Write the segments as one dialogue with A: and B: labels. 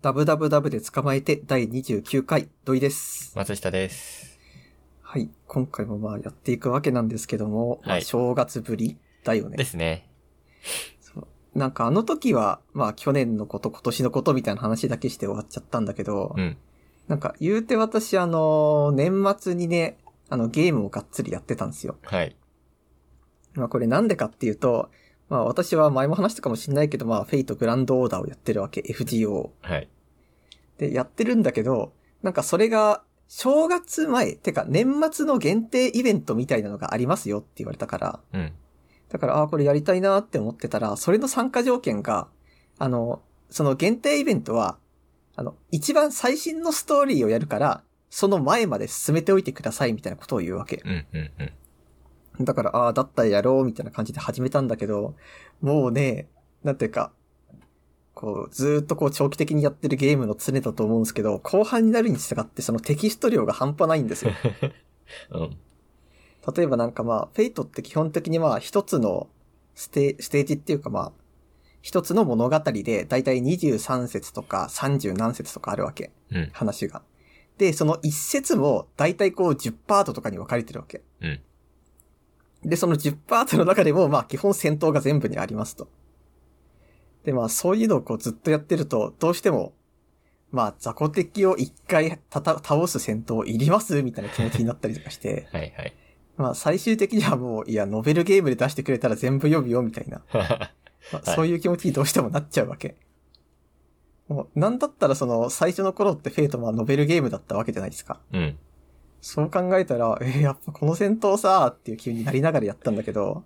A: ダブダブダブで捕まえて第29回、土井です。
B: 松下です。
A: はい。今回もまあやっていくわけなんですけども、まあ
B: はい
A: 正月ぶりだよ
B: で
A: ね。
B: すね。
A: そうなんかあの時は、まあ去年のこと、今年のことみたいな話だけして終わっちゃったんだけど、
B: うん。
A: なんか言うて私あの、年末にね、あのゲームをがっつりやってたんですよ。
B: はい。
A: まあこれなんでかっていうと、まあ私は前も話したかもしれないけど、まあフェイトグランドオーダーをやってるわけ、FGO。
B: はい。
A: で、やってるんだけど、なんかそれが、正月前、てか年末の限定イベントみたいなのがありますよって言われたから、
B: うん。
A: だから、ああー、これやりたいなーって思ってたら、それの参加条件が、あの、その限定イベントは、あの、一番最新のストーリーをやるから、その前まで進めておいてくださいみたいなことを言うわけ。
B: うん。うん。うん。
A: だから、ああ、だったらやろうみたいな感じで始めたんだけど、もうね、なんていうか、こう、ずーっとこう長期的にやってるゲームの常だと思うんですけど、後半になるに従ってそのテキスト量が半端ないんですよ。
B: うん。
A: 例えばなんかまあ、フェイトって基本的にまあ一つのステステージっていうかまあ、一つの物語でだいたい23節とか30何節とかあるわけ、
B: うん。
A: 話が。で、その一節もだいたいこう10パートとかに分かれてるわけ。
B: うん。
A: で、その10パートの中でも、まあ基本戦闘が全部にありますと。で、まあそういうのをこうずっとやってると、どうしても、まあ雑魚敵を一回たた倒す戦闘いりますみたいな気持ちになったりとかして、
B: はいはい。
A: まあ最終的にはもう、いや、ノベルゲームで出してくれたら全部読むよみたいな、まあ
B: はい
A: そういう気持ちにどうしてもなっちゃうわけ。もう、なんだったらその最初の頃ってフェイトはノベルゲームだったわけじゃないですか。
B: うん。
A: そう考えたら、えーやっぱこの戦闘さーっていう気になりながらやったんだけど、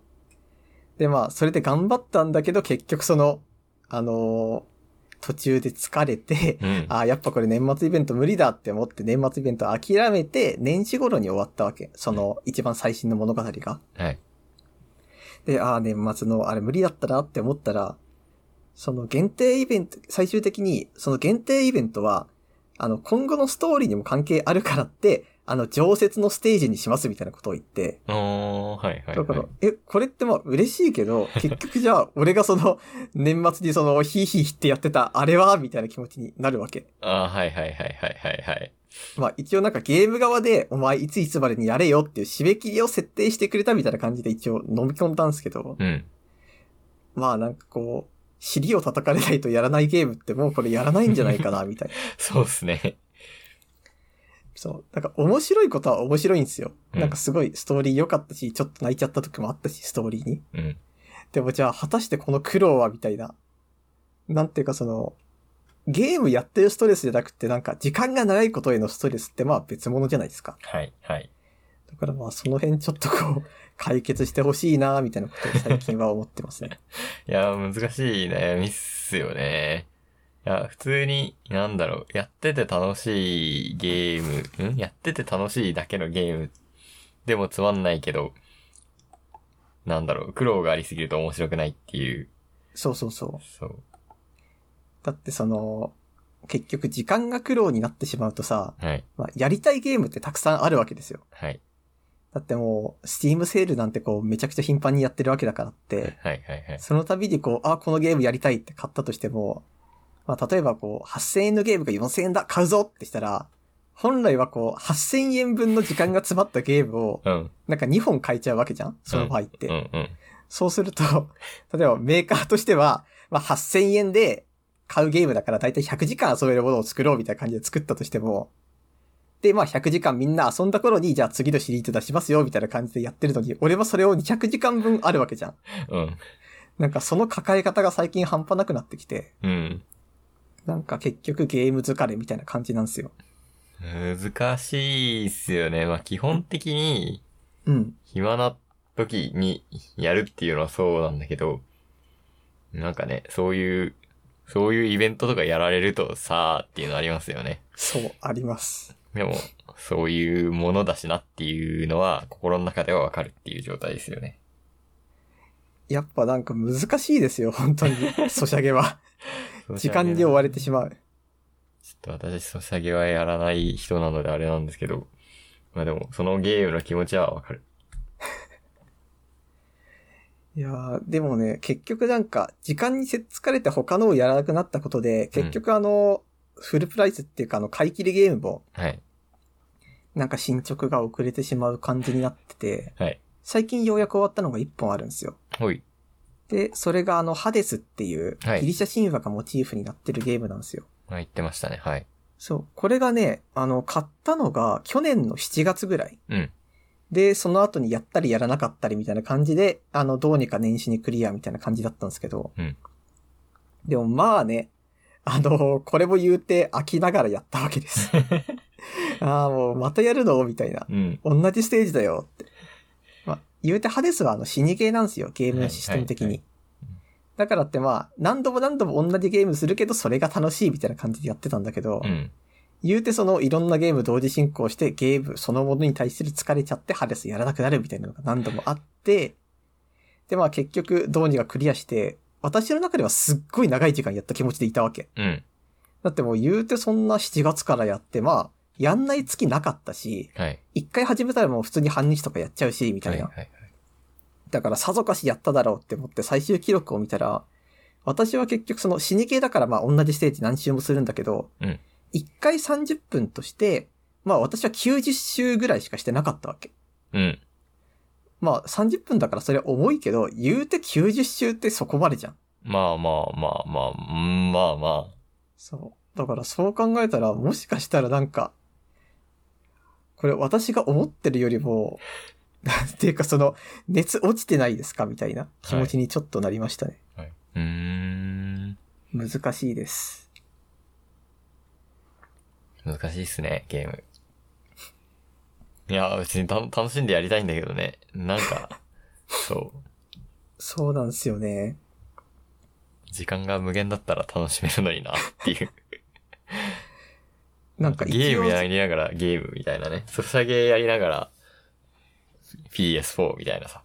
A: で、まあ、それで頑張ったんだけど、結局その、あのー途中で疲れて、
B: うん。
A: ああ、やっぱこれ年末イベント無理だって思って年末イベント諦めて、年始頃に終わったわけ。その、一番最新の物語が。
B: はい。
A: で、ああ、年末のあれ無理だったなって思ったら、その限定イベント、最終的に、その限定イベントは、あの、今後のストーリーにも関係あるからって、あの、常設のステージにしますみたいなことを言って、
B: おー、はいはい、
A: だか
B: は
A: ら
B: い。、
A: え、これってまあ嬉しいけ ど、結局じゃあ、俺がその、年末にその、ヒーヒーヒってやってた、あれはみたいな気持ちになるわけ。
B: あーはいはいはいはいはいはい。
A: まあ一応なんかゲーム側で、お前いついつまでにやれよっていう締め切りを設定してくれたみたいな感じで一応飲み込んだんですけど、
B: うん。
A: まあなんかこう、尻を叩かれないとやらないゲームってもうこれやらないんじゃないかな、みたい な。
B: そうっすね。
A: そう。なんか面白いことは面白いんですよ。
B: うん
A: なんかすごいストーリー良かったし、ちょっと泣いちゃった時もあったし、ストーリーに。
B: うん。
A: でもじゃあ果たしてこの苦労は、みたいな。なんていうかその、ゲームやってるストレスじゃなくて、なんか時間が長いことへのストレスってまあ別物じゃないですか。
B: はいはい。
A: だからまあその辺ちょっとこう、解決してほしいな、みたいなことを最近は思ってます ね。
B: いやー、難しい悩みっすよね。いや、普通に、なんだろう、やってて楽しいゲーム、んやってて楽しいだけのゲームでもつまんないけど、なんだろう、苦労がありすぎると面白くないっていう。
A: そうそうそう。
B: そう。
A: だってその、結局時間が苦労になってしまうとさ、
B: はい。
A: まあ、やりたいゲームってたくさんあるわけですよ。
B: はい。
A: だってもう、スティームセールなんてこう、めちゃくちゃ頻繁にやってるわけだからって、
B: はいはいはい。
A: その度にこう、あ、このゲームやりたいって買ったとしても、まあ、例えばこう、8000円のゲームが4000円だ買うぞってしたら、本来はこう、8000円分の時間が詰まったゲームを、
B: うん。
A: なんか2本買えちゃうわけじゃんその場合って。
B: うんうん。
A: そうすると、 例えばメーカーとしては、まあ、8000円で買うゲームだからだいたい100時間遊べるものを作ろうみたいな感じで作ったとしても、で、まあ100時間みんな遊んだ頃に、じゃあ次のシリーズ出しますよみたいな感じでやってるのに、俺はそれを200時間分あるわけじゃん。
B: うん。
A: なんかその抱え方が最近半端なくなってきて、
B: うん。
A: なんか結局ゲーム疲れみたいな感じなんですよ。
B: 難しいっすよね。まあ、基本的に、
A: うん。
B: 暇な時にやるっていうのはそうなんだけど、なんかね、そういう、そういうイベントとかやられるとさあっていうのありますよね。
A: そう、あります。
B: でも、そういうものだしなっていうのは心の中ではわかるっていう状態ですよね。
A: やっぱなんか難しいですよ、本当に。 ソシャゲは。時間に追われてしまう。
B: ちょっと私、ソシャゲはやらない人なのであれなんですけど、まあでも、そのゲームの気持ちはわかる。
A: いやーでもね、結局なんか、時間にせっつかれて他のをやらなくなったことで、結局あの、フルプライスっていうか、あの、買い切りゲームも、
B: はい。
A: なんか進捗が遅れてしまう感じになってて、
B: はい。
A: 最近ようやく終わったのが一本あるんですよ。
B: ほい。
A: で、それがあの、ハデスっていう
B: は、い
A: ギリシャ神話がモチーフになってるゲームなんですよ。
B: まあ、言ってましたね。はい。
A: そう。これがね、あの、買ったのが去年の7月ぐらい。
B: うん。
A: で、その後にやったりやらなかったりみたいな感じで、あの、どうにか年始にクリアみたいな感じだったんですけど。
B: うん
A: でもまあね、あの、これも言うて飽きながらやったわけ です。ああ、もうまたやるのみたいな。
B: うん。
A: 同じステージだよって。まあ、言うてハデスはあの死にゲーなんですよ、ゲームのシステム的
B: はいは
A: に。だからってまあ、何度も何度も同じゲームするけど、それが楽しいみたいな感じでやってたんだけど、
B: うん。
A: 言うてそのいろんなゲーム同時進行して、ゲームそのものに対する疲れちゃって、ハデスやらなくなるみたいなのが何度もあって、でまあ結局、どうにかクリアして、私の中ではすっごい長い時間やった気持ちでいたわけ。
B: うん。
A: だってもう言うてそんな7月からやって、まあ、やんない月なかったし、
B: はい。
A: 一回始めたらもう普通に半日とかやっちゃうし、みた
B: はいい。
A: な。
B: はい。
A: だからさぞかしやっただろうって思って最終記録を見たら、私は結局その死に系だからまあ同じステージ何周もするんだけど、
B: うん
A: 一回30分として、まあ私は90周ぐらいしかしてなかったわけ。
B: うん。
A: まあ30分だからそれは重いけど、言うて90周ってそこまでじゃん。
B: まあまあまあまあ、うんまあま
A: そう。だからそう考えたら、もしかしたらなんか、これ私が思ってるよりも、なんていうかその、熱落ちてないですかみたいな気持ちにちょっとなりましたね。
B: あ。はい。うーん。
A: 難しいです。
B: 難しいっすね、ゲーム。いや、別にた楽しんでやりたいんだけどね。なん か、そう。
A: そうなんですよね。
B: 時間が無限だったら楽しめるのになっていう。
A: なんか
B: ゲ
A: 一
B: ー
A: 応
B: ム、やりながらゲームみたいなね。ソシャゲやりながら PS4 みたいなさ。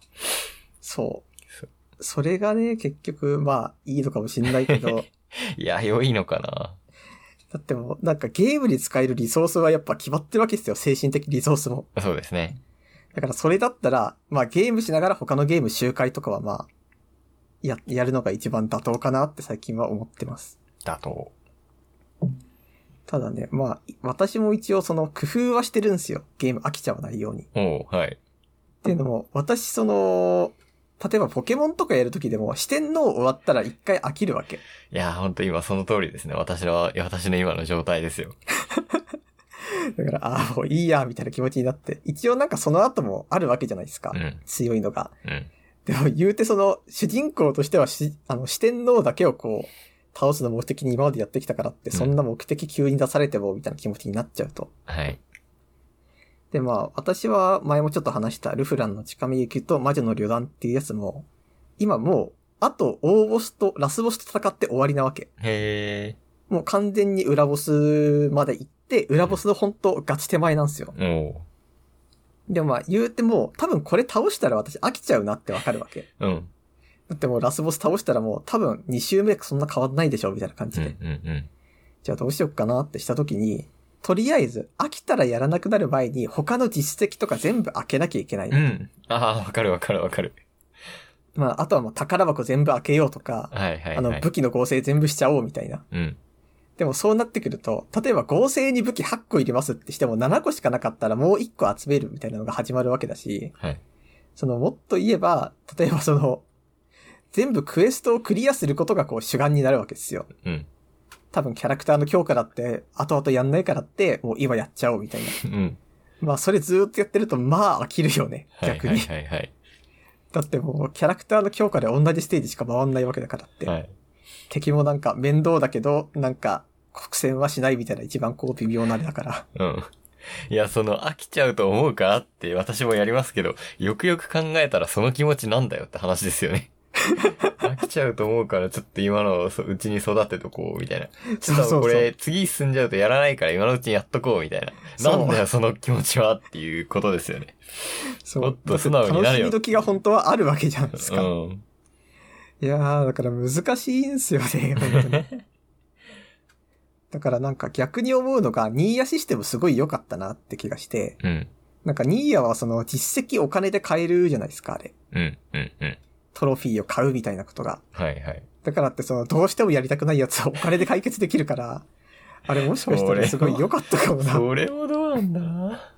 A: そう。それがね、結局、まあ、いいのかもしんないけ ど、
B: いや、良いのかな
A: だってもう、なんかゲームに使えるリソースはやっぱ決まってるわけですよ、精神的リソースも。
B: そうですね。
A: だからそれだったら、まあゲームしながら他のゲーム周回とかはまあ、や、やるのが一番妥当かなって最近は思ってます。
B: だと。
A: ただね、まあ、私も一応その工夫はしてるんですよ。ゲーム飽きちゃわないように。っ
B: おう、はい。
A: ていうのも、私その、例えばポケモンとかやるときでも、四天王終わったら一回飽きるわけ。
B: いや、ほんと今その通りですね。私の、私の今の状態ですよ。
A: だから、ああ、もういいや、みたいな気持ちになって。一応なんかその後もあるわけじゃないですか。
B: うん、
A: 強いのが。
B: うん。
A: でも言うてその、主人公としてはし、あの、四天王だけをこう、倒すの目的に今までやってきたからって、
B: うん
A: そんな目的急に出されても、みたいな気持ちになっちゃうと。
B: はい。
A: で、まあ、私は前もちょっと話した、ルフランの近め行きと魔女の旅団っていうやつも、今もう、あと、大ボスと、ラスボスと戦って終わりなわけ。
B: へ
A: もう完全に裏ボスまで行って、裏ボスの本当ガチ手前なんですよ。
B: ー。お
A: でもまあ、言うても、多分これ倒したら私飽きちゃうなってわかるわけ。
B: う。うん。
A: だってもうラスボス倒したらもう多分2周目そんな変わんないでしょみたいな感
B: う
A: じ
B: ん、
A: で。
B: うん、
A: じゃあどうしよっかなってした時に、とりあえず飽きたらやらなくなる前に他の実績とか全部開けなきゃいけない。
B: うん。うん。ああ、わかるわかるわかる。
A: まああとはもう宝箱全部開けようとか、
B: はいはいはい。
A: あの武器の合成全部しちゃおうみたいな。
B: うん。
A: でもそうなってくると、例えば合成に武器8個入れますってしても7個しかなかったらもう1個集めるみたいなのが始まるわけだし、
B: はい。
A: そのもっと言えば、例えばその、全部クエストをクリアすることがこう主眼になるわけですよ。
B: うん。
A: 多分キャラクターの強化だって、後々やんないからって、もう今やっちゃおうみたいな。
B: うん。
A: まあそれずーっとやってると、まあ飽きるよね。
B: はい
A: 逆に。
B: はいはいはい。
A: だってもうキャラクターの強化で同じステージしか回んないわけだからって。
B: はい。
A: 敵もなんか面倒だけど、なんか、苦戦はしないみたいな一番こう微妙なあれだから。
B: うん。いや、その飽きちゃうと思うかって私もやりますけど、よくよく考えたらその気持ちなんだよって話です よね。飽きちゃうと思うからちょっと今のうちに育てとこうみたいな。
A: そうそうそう
B: これ次進んじゃうとやらないから今のうちにやっとこうみたいな。
A: そう
B: なんだよその気持ちはっていうことですよね。
A: そう。
B: もっと素直になれよ
A: だって楽しみ時が本当はあるわけじゃないです
B: う
A: か。
B: ん。
A: いやー、だから難しいんすよ ね、本当に。だからなんか逆に思うのが、ニーヤシステムすごい良かったなって気がして、
B: うん。
A: なんかニーヤはその実績お金で買えるじゃないですか、あれ。
B: うん。うん。うん。
A: トロフィーを買うみたいなことが。
B: はいはい。
A: だからってそのどうしてもやりたくないやつはお金で解決できるから、あれもしかしたらすごい良かったかもな。
B: それもどうなんだな。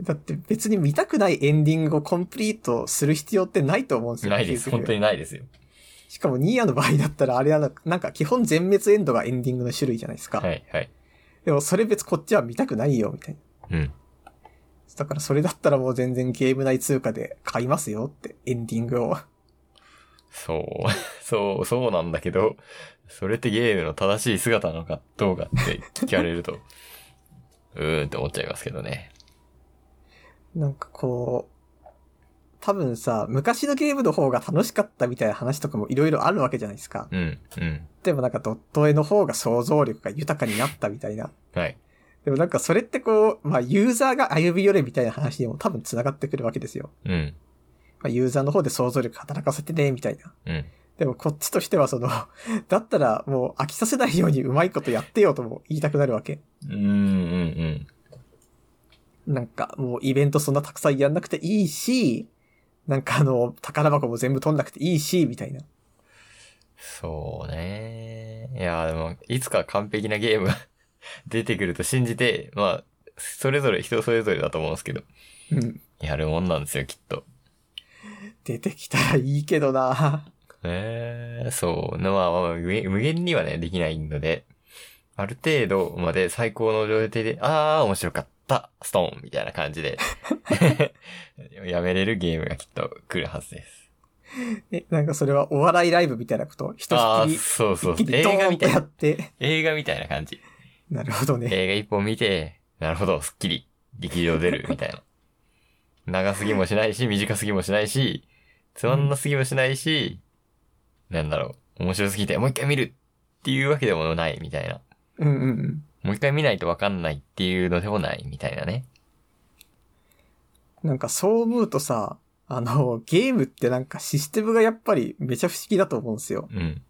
A: だって別に見たくないエンディングをコンプリートする必要ってないと思うんですよ。
B: ないです。本当にないですよ。
A: しかもニーヤの場合だったらあれはななんか基本全滅エンドがエンディングの種類じゃないですか。
B: はい、はい。
A: でもそれ別こっちは見たくないよ、みたいな。
B: うん。
A: だからそれだったらもう全然ゲーム内通貨で買いますよって、エンディングを。
B: そう、 そう、そうなんだけど、それってゲームの正しい姿なのかどうかって聞かれると、 うーんって思っちゃいますけどね。
A: なんかこう、多分さ、昔のゲームの方が楽しかったみたいな話とかもいろいろあるわけじゃないですか。
B: うん、うん。
A: でもなんかドット絵の方が想像力が豊かになったみたいな。
B: はい。
A: でもなんかそれってこう、まあユーザーが歩み寄れみたいな話にも多分繋がってくるわけですよ。
B: うん、
A: まあユーザーの方で想像力働かせてね、みたいな。
B: うん。
A: でもこっちとしてはその、 だったらもう飽きさせないようにうまいことやってよとも言いたくなるわけ。
B: うん、うん、
A: なんかもうイベントそんなたくさんやんなくていいし、なんかあの、宝箱も全部取んなくていいし、みたいな。
B: そうね。いや、でも、いつか完璧なゲーム が出てくると信じて、まあ、それぞれ、人それぞれだと思うんですけど、
A: うん。
B: やるもんなんですよ、きっと。
A: 出てきたらいいけどな
B: ええそう。まあまあまあ、無限無限にはね、できないので、ある程度まで最高の状態で、あー、面白かった、ストーンみたいな感 じで、やめれるゲームがきっと来るはずです。
A: え、なんかそれはお笑いライブみたいなことひと
B: あ
A: しき
B: ー、
A: り、
B: そうそう
A: 一気
B: そう。
A: にド
B: 映画
A: ー
B: み
A: ン
B: た
A: と
B: い
A: や
B: な、
A: って、
B: 映画みたいな感じ。
A: なるほどね。
B: 映画一本見て、なるほど、スッキリ、劇場出る、みたいな。長すぎもしないし、短すぎもしないし、つまんなすぎもしないし、なんだろう、面白すぎてもう一回見るっていうわけでもない、みたいな。
A: うんうんうん。
B: もう一回見ないとわかんないっていうのでもないみたいなね。
A: なんかそう思うとさ、あの、ゲームってなんかシステムがやっぱりめちゃ不思議だと思うんですよ。
B: うん。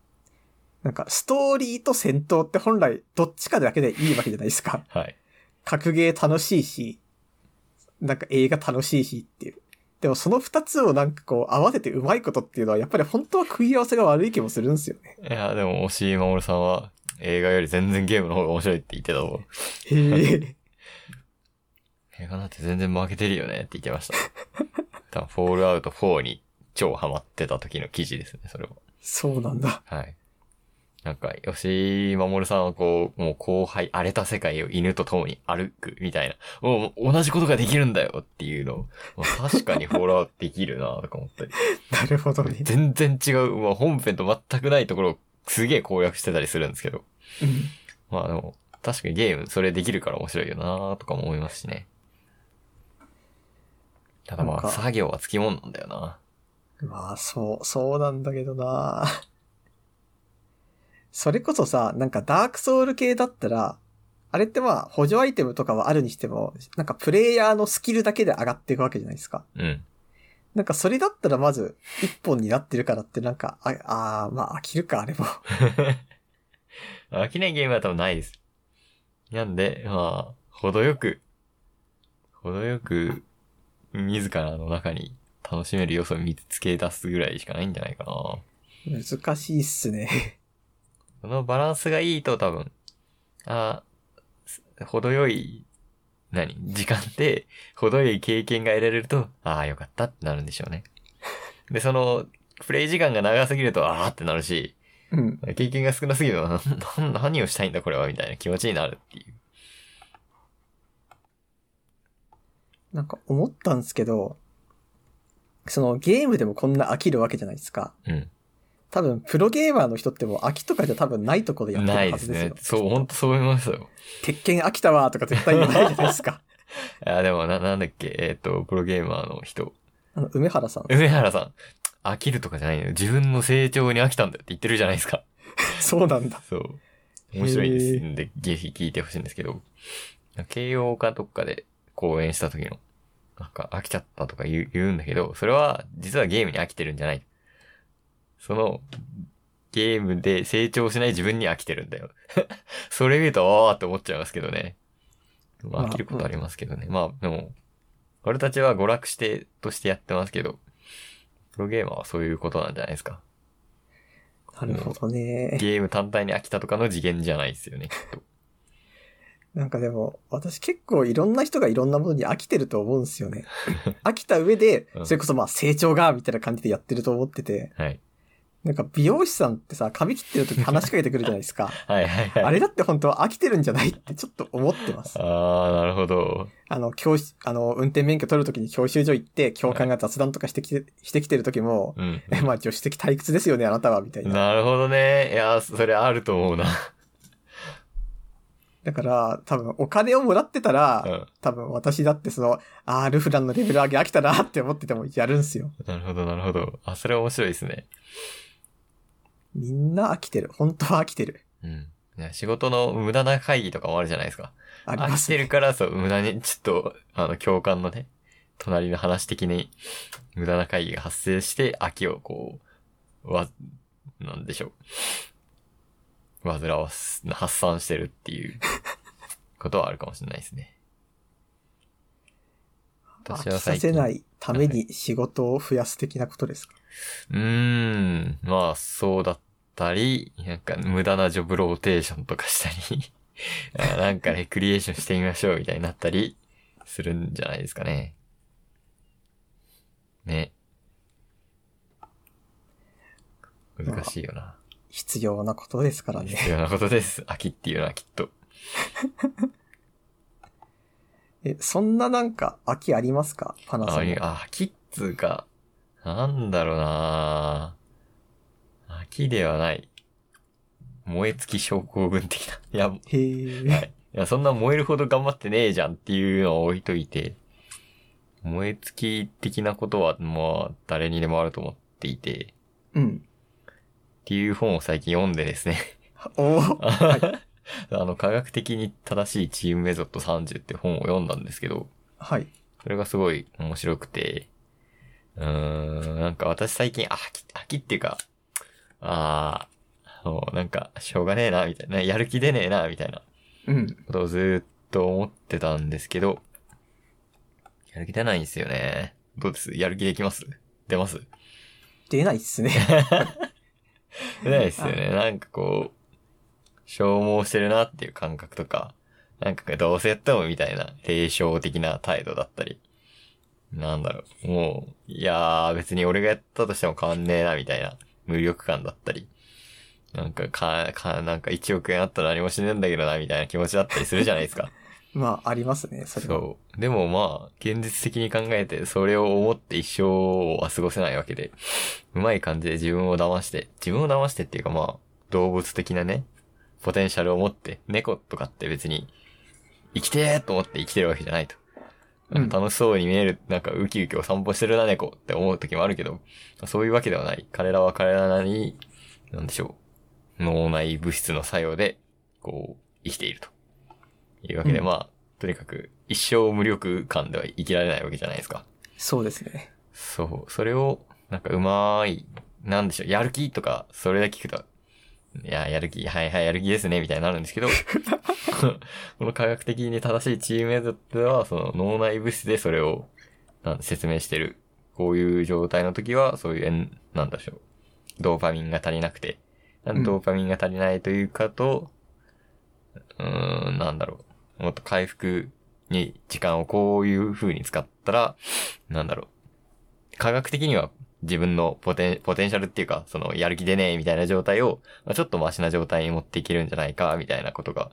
A: なんかストーリーと戦闘って本来どっちかだけでいいわけじゃないですか。
B: はい。
A: 格ゲー楽しいし、なんか映画楽しいしっていう。でもその二つをなんかこう合わせてうまいことっていうのはやっぱり本当は食い合わせが悪い気もするんですよね。
B: いや、でも、押井守さんは映画より全然ゲームの方が面白いって言ってたぞ。
A: へえ。
B: 映画なんて全然負けてるよねって言ってました。多分、フォールアウト4に超ハマってた時の記事ですね、それは。
A: そうなんだ。
B: はい。なんか、吉井守さんはこう、もう後輩、荒れた世界を犬と共に歩くみたいな、もう同じことができるんだよっていうのを、まあ確かにフォールアウトできるなとか思 ったり。
A: なるほどね。
B: 全然違う、まあ、本編と全くないところをすげえ攻略してたりするんですけど。
A: うん
B: まあでも、確かにゲームそれできるから面白いよなとかも思いますしね。ただま
A: なん
B: あ、
A: か
B: 作業はつきもんなんだよな。
A: まあ、そう、そうなんだけどな それこそさ、なんかダークソウル系だったら、あれってまあ補助アイテムとかはあるにしても、なんかプレイヤーのスキルだけで上がっていくわけじゃないですか。
B: うん。
A: なんかそれだったらまず一本になってるからってなんか、あ、あーまあ飽きるか、あれも。
B: 飽きないゲームは多分ないです。なんで、まあ、程よく、程よく、自らの中に楽しめる要素を見つけ出すぐらいしかないんじゃないかな。
A: 難しいっすね。
B: そのバランスがいいと多分、あす程よい、何時間で、程よい経験が得られると、ああ、よかったってなるんでしょうね。で、その、プレイ時間が長すぎると、ああってなるし、
A: うん。
B: 経験が少なすぎると、なな何をしたいんだこれは、みたいな気持ちになるっていう。
A: なんか思ったんですけど、そのゲームでもこんな飽きるわけじゃないですか。
B: うん。
A: 多分プロゲーマーの人ってもう飽きとかじゃ多分ないところでやって
B: な
A: る
B: い
A: は
B: で
A: ず
B: す
A: ですよ
B: ね。。そう、ほんとそう思いますよ。
A: 鉄拳飽きたわーとか絶対言わないじゃないです か。
B: あーでもな、なんだっけ、えっ、と、プロゲーマーの人。
A: あの、梅原さん。
B: 梅原さん。飽きるとかじゃないよ。自分の成長に飽きたんだって言ってるじゃないですか。
A: そうなんだ。
B: そう。面白いで
A: へ
B: す。
A: ー
B: で、ぜひ聞いてほしいんですけど、慶応かどっかで講演した時の、なんか飽きちゃったとか言う言うんだけど、それは実はゲームに飽きてるんじゃない。その、ゲームで成長しない自分に飽きてるんだよ。 それ見ると、あーって思っちゃいますけどね。まあ
A: まあ
B: 飽きることありますけどね。まあ、でも、俺たちは娯 楽して、としてやってますけど、プロゲーマーはそういうことなんじゃないですか。
A: なるほどね。
B: ゲーム単体に飽きたとかの次元じゃないですよね、きっと。
A: なんかでも、私結構いろんな人がいろんなものに飽きてると思うんです よね。飽きた上で
B: う、ん
A: それこそまあ成長が、みたいな感じでやってると思ってて、
B: はい。
A: なんか美容師さんってさ、髪切ってる時話しかけてくるじゃないです か。
B: はいはいはい。
A: あれだって本当は飽きてるんじゃないってちょっと思ってます。
B: あー、なるほど。
A: あの、教師、あの、運転免許取るときに教習所行って、教官が雑談とかしてきて、してきてるときも、
B: うん。
A: え、まあ助手席退屈ですよね、あなたは、みたいな。
B: なるほどね。いやー、それあると思うな。
A: だから、多分お金をもらってた
B: う
A: ら、
B: ん。
A: 多分私だってその、あールフランのレベル上げ飽きたなって思っててもやるんすよ。
B: なるほど、なるほど。あ、それ面白いですね。
A: みんな飽きてる。本当は飽きてる。
B: うん。いや仕事の無駄な会議とかもあるじゃないですか。
A: ありま
B: 飽き
A: す
B: て
A: ね。
B: るから、そう、無駄に、ちょっと、あの、共感のね、隣の話的に、無駄な会議が発生して、飽きをこう、わ、なんでしょう。煩わす、発散してるっていう、ことはあるかもしれないですね。
A: 飽きさせないために仕事を増やす的なことですか。
B: うーん。まあ、そうだったり、なんか無駄なジョブローテーションとかしたり、 あなんかレクリエーションしてみましょうみたいになったりするんじゃないですかね。ね。難しいよな。
A: 必要なことですからね。
B: 必要なことです。秋っていうのはきっと。
A: え、そんななんか飽きありますかパナ
B: あ
A: さ
B: あ
A: ん
B: いう
A: も。
B: あ、秋っつうか、なんだろうな秋ではない。燃え尽き症候群的な。いや、
A: へ
B: は
A: ー
B: い。いや、そんな燃えるほど頑張ってねえじゃんっていうのを置いといて、燃え尽き的なことは、まあ、誰にでもあると思っていて、
A: うん。
B: っていう本を最近読んでですね、
A: おーは
B: あの、科学的に正しいチームメソッド30って本を読んだんですけど、
A: はい。
B: それがすごい面白くて、うーん、なんか私最近、あ飽き、飽きっていうか、あー、もうなんか、しょうがねえな、みたいな、やる気出ねえな、みたいな。
A: うん。
B: ことをずーっと思ってたんですけど、やる気出ないんですよね。どうですやる気できます出ます
A: 出ないっすね。
B: 出ないですよね。なんかこう、消耗してるなっていう感覚とか、なんかこれどうせやってもみたいな、霊障的な態度だったり、なんだろう、もう、いやー別に俺がやったとしても変わんねえなみたいな、無力感だったり、なんかか、か、なんか1億円あったら何もしねえんだけどな、みたいな気持ちだったりするじゃないですか。
A: まあ、ありますね、それは。
B: そう。でもまあ、現実的に考えて、それを思って一生は過ごせないわけで、うまい感じで自分を騙して、自分を騙してっていうかまあ、動物的なね、ポテンシャルを持って、猫とかって別に、生きてーと思って生きてるわけじゃないと。
A: うん
B: 楽しそうに見える、なんかウキウキお散歩してるな猫って思う時もあるけど、そういうわけではない。彼らは彼らなりに、なんでしょう、脳内物質の作用で、こう、生きていると。いうわけで、
A: うん
B: まあ、とにかく、一生無力感では生きられないわけじゃないですか。
A: そうですね。
B: そう。それを、なんかうまーい、なんでしょう、やる気とか、それだけ聞くと、いや、やる気、はいはい、やる気ですね、みたいになるんですけど、 この科学的に正しいチームメイトでは、その脳内物質でそれを、なん説明してる。こういう状態の時は、そういうえん、なんだでしょう、ドーパミンが足りなくて、ド
A: ん
B: ーパミンが足りないというかと、うーん、なんだろう、もっと回復に時間をこういう風に使ったら、なんだろう、科学的には自分のポテンポテンシャルっていうか、そのやる気出ねえみたいな状態を、まあ、ちょっとマシな状態に持っていけるんじゃないか、みたいなことが、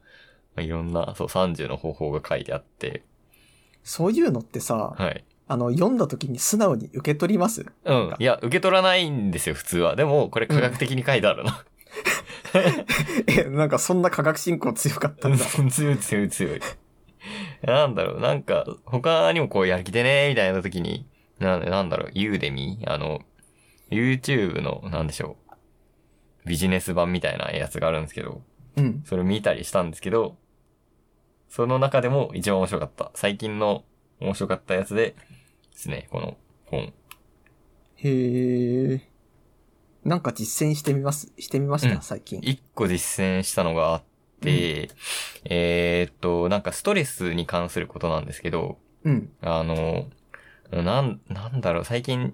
B: まあ、いろんな、そう、30の方法が書いてあって、
A: そういうのってさ、
B: はい。
A: あの、読んだ時に素直に受け取ります
B: うん。いや、受け取らないんですよ、普通は。でも、これ科学的に書いてあるな。
A: え、 なんかそんな科学進行強かった んだ。
B: 強い強い強い。なんだろう、なんか、他にもこう、やる気でね、みたいな時に、な、なんだろう、ユーデミあの、YouTube の、なんでしょう、ビジネス版みたいなやつがあるんですけど、
A: うん。
B: それ見たりしたんですけど、その中でも一番面白かった。最近の面白かったやつで、ですね、この本。
A: へえ。なんか実践してみます、してみまし
B: う
A: た、
B: ん
A: 最近。
B: 一個実践したのがあって、えーっと、なんかストレスに関することなんですけど、
A: うん。
B: あの、なん、なんだろう、最近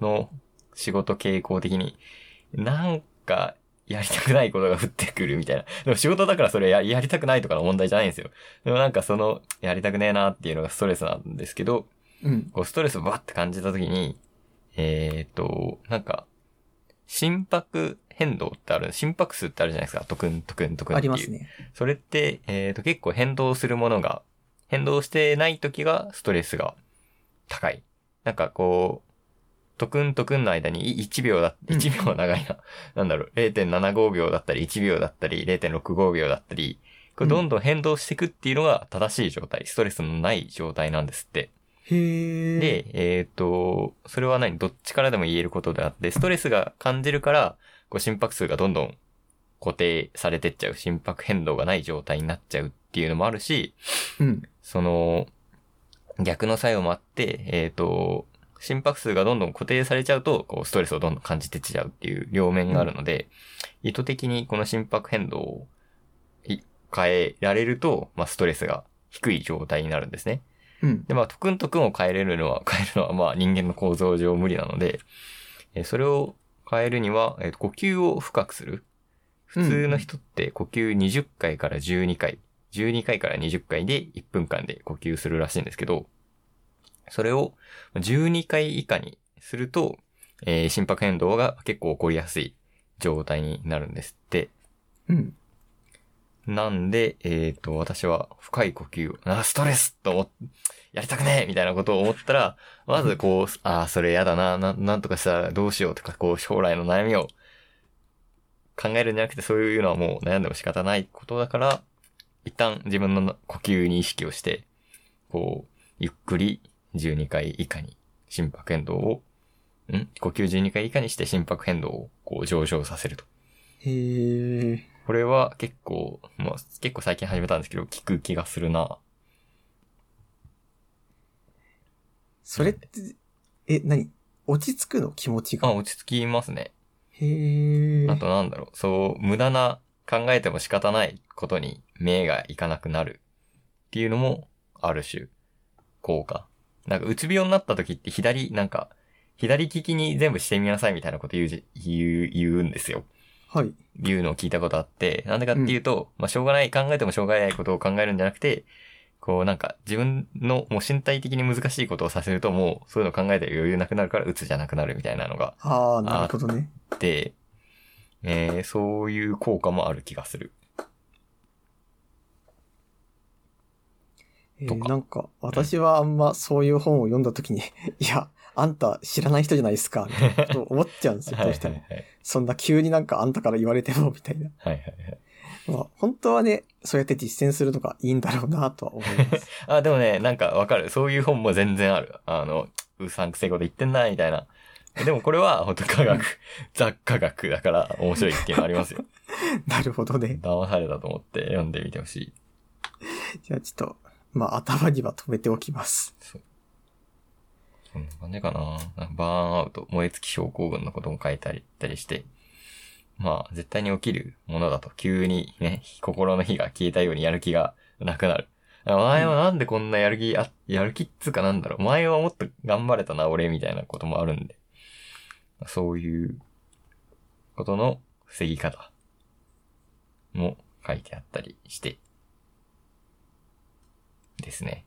B: の仕事傾向的に、なんか、やりたくないことが降ってくるみたいな。でも仕事だからそれややりたくないとかの問題じゃないんですよ。でもなんかその、やりたくねえなっていうのがストレスなんですけど、
A: うん。
B: こうストレスをバッて感じたときに、えっ、と、なんか、心拍変動ってある、心拍数ってあるじゃないですか。トクントクントクン
A: あ
B: っ
A: り
B: ていう。
A: ますね。
B: それって、えっ、と、結構変動するものが、変動してない時がストレスが高い。なんかこう、トクントクンの間にい1秒だ、
A: うん
B: 1秒長いな。 なんだろう、0.75秒だったり、1秒だったり、0.65秒だったり、こ
A: う
B: れ
A: ん
B: どんどん変動していくっていうのが正しい状態、ストレスのない状態なんですって。
A: へえ。、
B: で、えっ、と、それは何どっちからでも言えることであって、ストレスが感じるから、こう心拍数がどんどん固定されてっちゃう、心拍変動がない状態になっちゃうっていうのもあるし、
A: うん。
B: その、逆の作用もあって、えっ、と、心拍数がどんどん固定されちゃうと、こうストレスをどんどん感じてっちゃうっていう両面があるので、意図的にこの心拍変動をい変えられると、まあストレスが低い状態になるんですね。
A: うん。
B: で、まあ、トクントクンを変えれるのは、 変えるのは、まあ、人間の構造上無理なので、えーそれを変えるには、えーと呼吸を深くする。普通の人って呼吸20回から12回、12回から20回で1分間で呼吸するらしいんですけど、それを12回以下にすると、えー心拍変動が結構起こりやすい状態になるんですって。
A: うん。
B: なんで、えっ、と、私は深い呼吸を、あー、ストレスと思っ、やりたくねえみたいなことを思ったら、まずこう、ああ、それやだな、な、なんとかしたらどうしようとか、こう、将来の悩みを考えるんじゃなくて、そういうのはもう悩んでも仕方ないことだから、一旦自分の呼吸に意識をして、こう、ゆっくり12回以下に心拍変動を、ん呼吸12回以下にして心拍変動をこう上昇させると。
A: へえ。
B: これは結構、まあ、結構最近始めたんですけど、聞く気がするな。
A: それって、え、何落ち着くの気持ち
B: あ、
A: が。
B: 落ち着きますね。
A: へえ。
B: あとなんだろう。そう、無駄な考えても仕方ないことに目がいかなくなるっていうのも、ある種、効果。なんか、うつ病になった時って左、なんか、左利きに全部してみなさいみたいなこと言うじ、言う、言うんですよ。
A: はい。
B: いうのを聞いたことあって、なんでかっていうと、まあ、しょうがない、考えてもしょうがないことを考えるんじゃなくて、こうなんか自分のもう身体的に難しいことをさせるともうそういうの考えてる余裕なくなるから鬱じゃなくなるみたいなのが
A: ああ、なるほどね。
B: あって、えー、そういう効果もある気がする。
A: えー
B: とか
A: なんか、私はあんまそういう本を読んだときに、 いや、あんた知らない人じゃないですか、みたいなことを思っちゃうんですよ、
B: は
A: ど
B: いは
A: う
B: い
A: して
B: は
A: も
B: い。。はい
A: そんな急になんかあんたから言われても、みたいな。
B: はいはい。
A: まあ、本当はね、そうやって実践するのがいいんだろうな、とは思い ます。
B: あ、でもね、なんかわかる。そういう本も全然ある。あの、うさんくせえこと言ってんな、みたいな。でもこれは本当科学、雑科学だから面白いっていうのありますよ。
A: なるほどね。
B: 騙されたと思って読んでみてほしい。
A: じゃあちょっと、まあ、頭には留めておきます。
B: そんな感じかな。なんかバーンアウト、燃え尽き症候群のことも書いたりったりして、まあ、絶対に起きるものだと、急にね、心の火が消えたようにやる気がなくなる。あ前はなんでこんなやる気、あやる気っつうかなんだろう。前はもっと頑張れたな、俺、みたいなこともあるんで。そういうことの防ぎ方も書いてあったりして、ですね。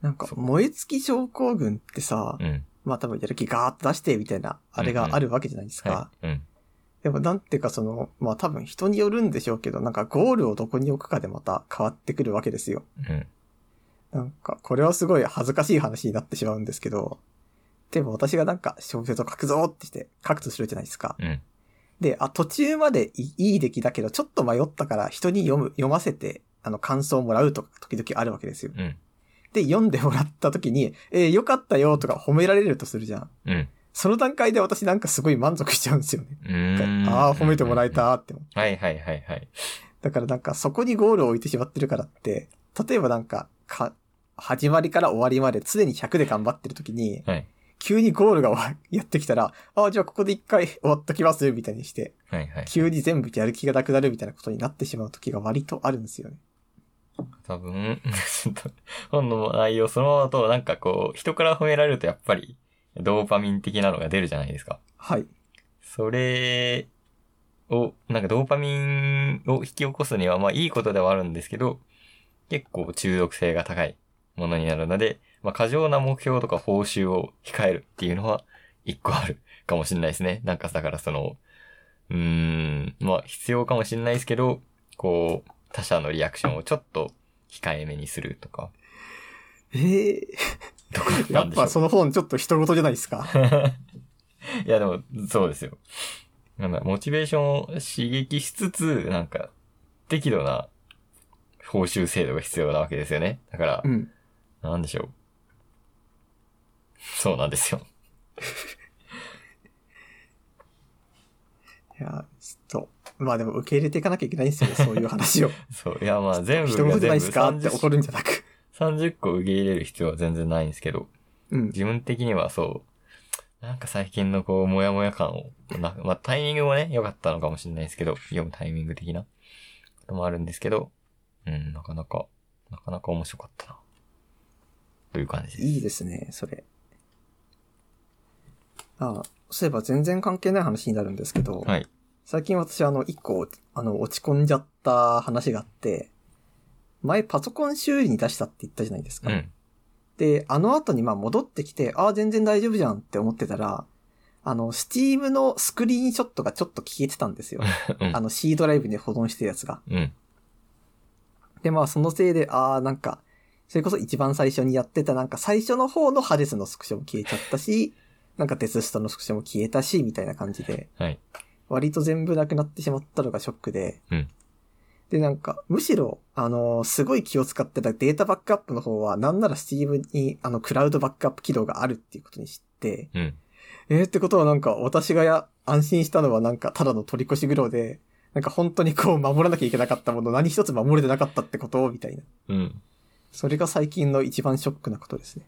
A: なんか
B: そ、う
A: 燃え尽き症候群ってさ、
B: うん。
A: まあ多分やる気ガーッと出して、みたいな、あれがあるわけじゃないですか。
B: はい。うん。
A: でもなんていうかその、まあ多分人によるんでしょうけど、なんかゴールをどこに置くかでまた変わってくるわけですよ。
B: うん。
A: なんか、これはすごい恥ずかしい話になってしまうんですけど、でも私がなんか小説を書くぞってして書くとするじゃないですか。
B: うん。
A: で、あ、途中までいいい出来だけど、ちょっと迷ったから人に読む、読ませて、あの、感想をもらうとか、時々あるわけですよ。
B: うん。
A: で、読んでもらった時に、えーよかったよとか褒められるとするじゃん。
B: うん。
A: その段階で私なんかすごい満足しちゃうんですよね。
B: うーん
A: ああ、褒めてもらえ。たって思って
B: はいはいはいはい。
A: だからなんかそこにゴールを置いてしまってるからって、例えばなんか、か、始まりから終わりまで常に100で頑張ってる時に、
B: はい
A: 急にゴールがわやってきたら、ああ、じゃあここで一回終わっときます、みたいにして、
B: はいはい。
A: 急に全部やる気がなくなるみたいなことになってしまう時が割とあるんですよね。
B: 多分、 ちょっと、本の内容そのままと、なんかこう、人から褒められるとやっぱり、ドーパミン的なのが出るじゃないですか。
A: はい。
B: それを、なんかドーパミンを引き起こすには、まあいいことではあるんですけど、結構中毒性が高いものになるので、まあ過剰な目標とか報酬を控えるっていうのは、一個あるかもしれないですね。なんかだからその、うーん、まあ必要かもしれないですけど、こう、他者のリアクションをちょっと控えめにするとか、
A: ええ
B: どこ
A: ー、
B: な
A: や
B: ん
A: っ
B: でしょう
A: ぱその本ちょっと人事じゃないですか。
B: いや、でも、そうですよ。なんだ、モチベーションを刺激しつつ、なんか、適度な報酬制度が必要なわけですよね。だから
A: う、ん。
B: なんでしょう。そうなんですよ。
A: いや、ちょっと、まあでも受け入れていかなきゃいけないんですよね、そういう話を。
B: そう。いや、まあ、全部
A: 人事
B: が
A: じゃない
B: 全
A: です
B: 部
A: かって怒
B: 30、
A: るんじゃなく。
B: 30個受け入れる必要は全然ないんですけど、
A: うん。
B: 自分的にはそう、なんか最近のこう、もやもや感を、なまあタイミングもね、良かったのかもしれないですけど、読むタイミング的なこともあるんですけど、うん、なかなか、なかなか面白かったな。という感じです。
A: いいですね、それ。あそういえば全然関係ない話になるんですけど、
B: はい。
A: 最近私あの、一個、あの、落ち込んじゃった話があって、前パソコン修理に出したって言ったじゃないです
B: う
A: か。
B: ん。
A: で、あの後にまあ戻ってきて、ああ、全然大丈夫じゃんって思ってたら、あの、Steam のスクリーンショットがちょっと消えてたんですよ。
B: うん
A: あの、C ドライブに保存してるやつが。
B: うん。
A: で、まあそのせいで、ああ、なんか、それこそ一番最初にやってたなんか最初の方のハデスのスクショも消えちゃったし、なんかデスストのスクショも消えたし、みたいな感じで、
B: はい。
A: 割と全部なくなってしまったのがショックで、
B: うん
A: で、なんか、むしろ、あのーすごい気を使ってたデータバックアップの方は、なんなら Steam に、あの、クラウドバックアップ機能があるっていうことに知って、
B: うん。
A: えー、ってことはなんか、私がや、安心したのはなんか、ただの取り越し苦労で、なんか本当にこう、守らなきゃいけなかったもの、何一つ守れてなかったってことみたいな。
B: うん。
A: それが最近の一番ショックなことですね。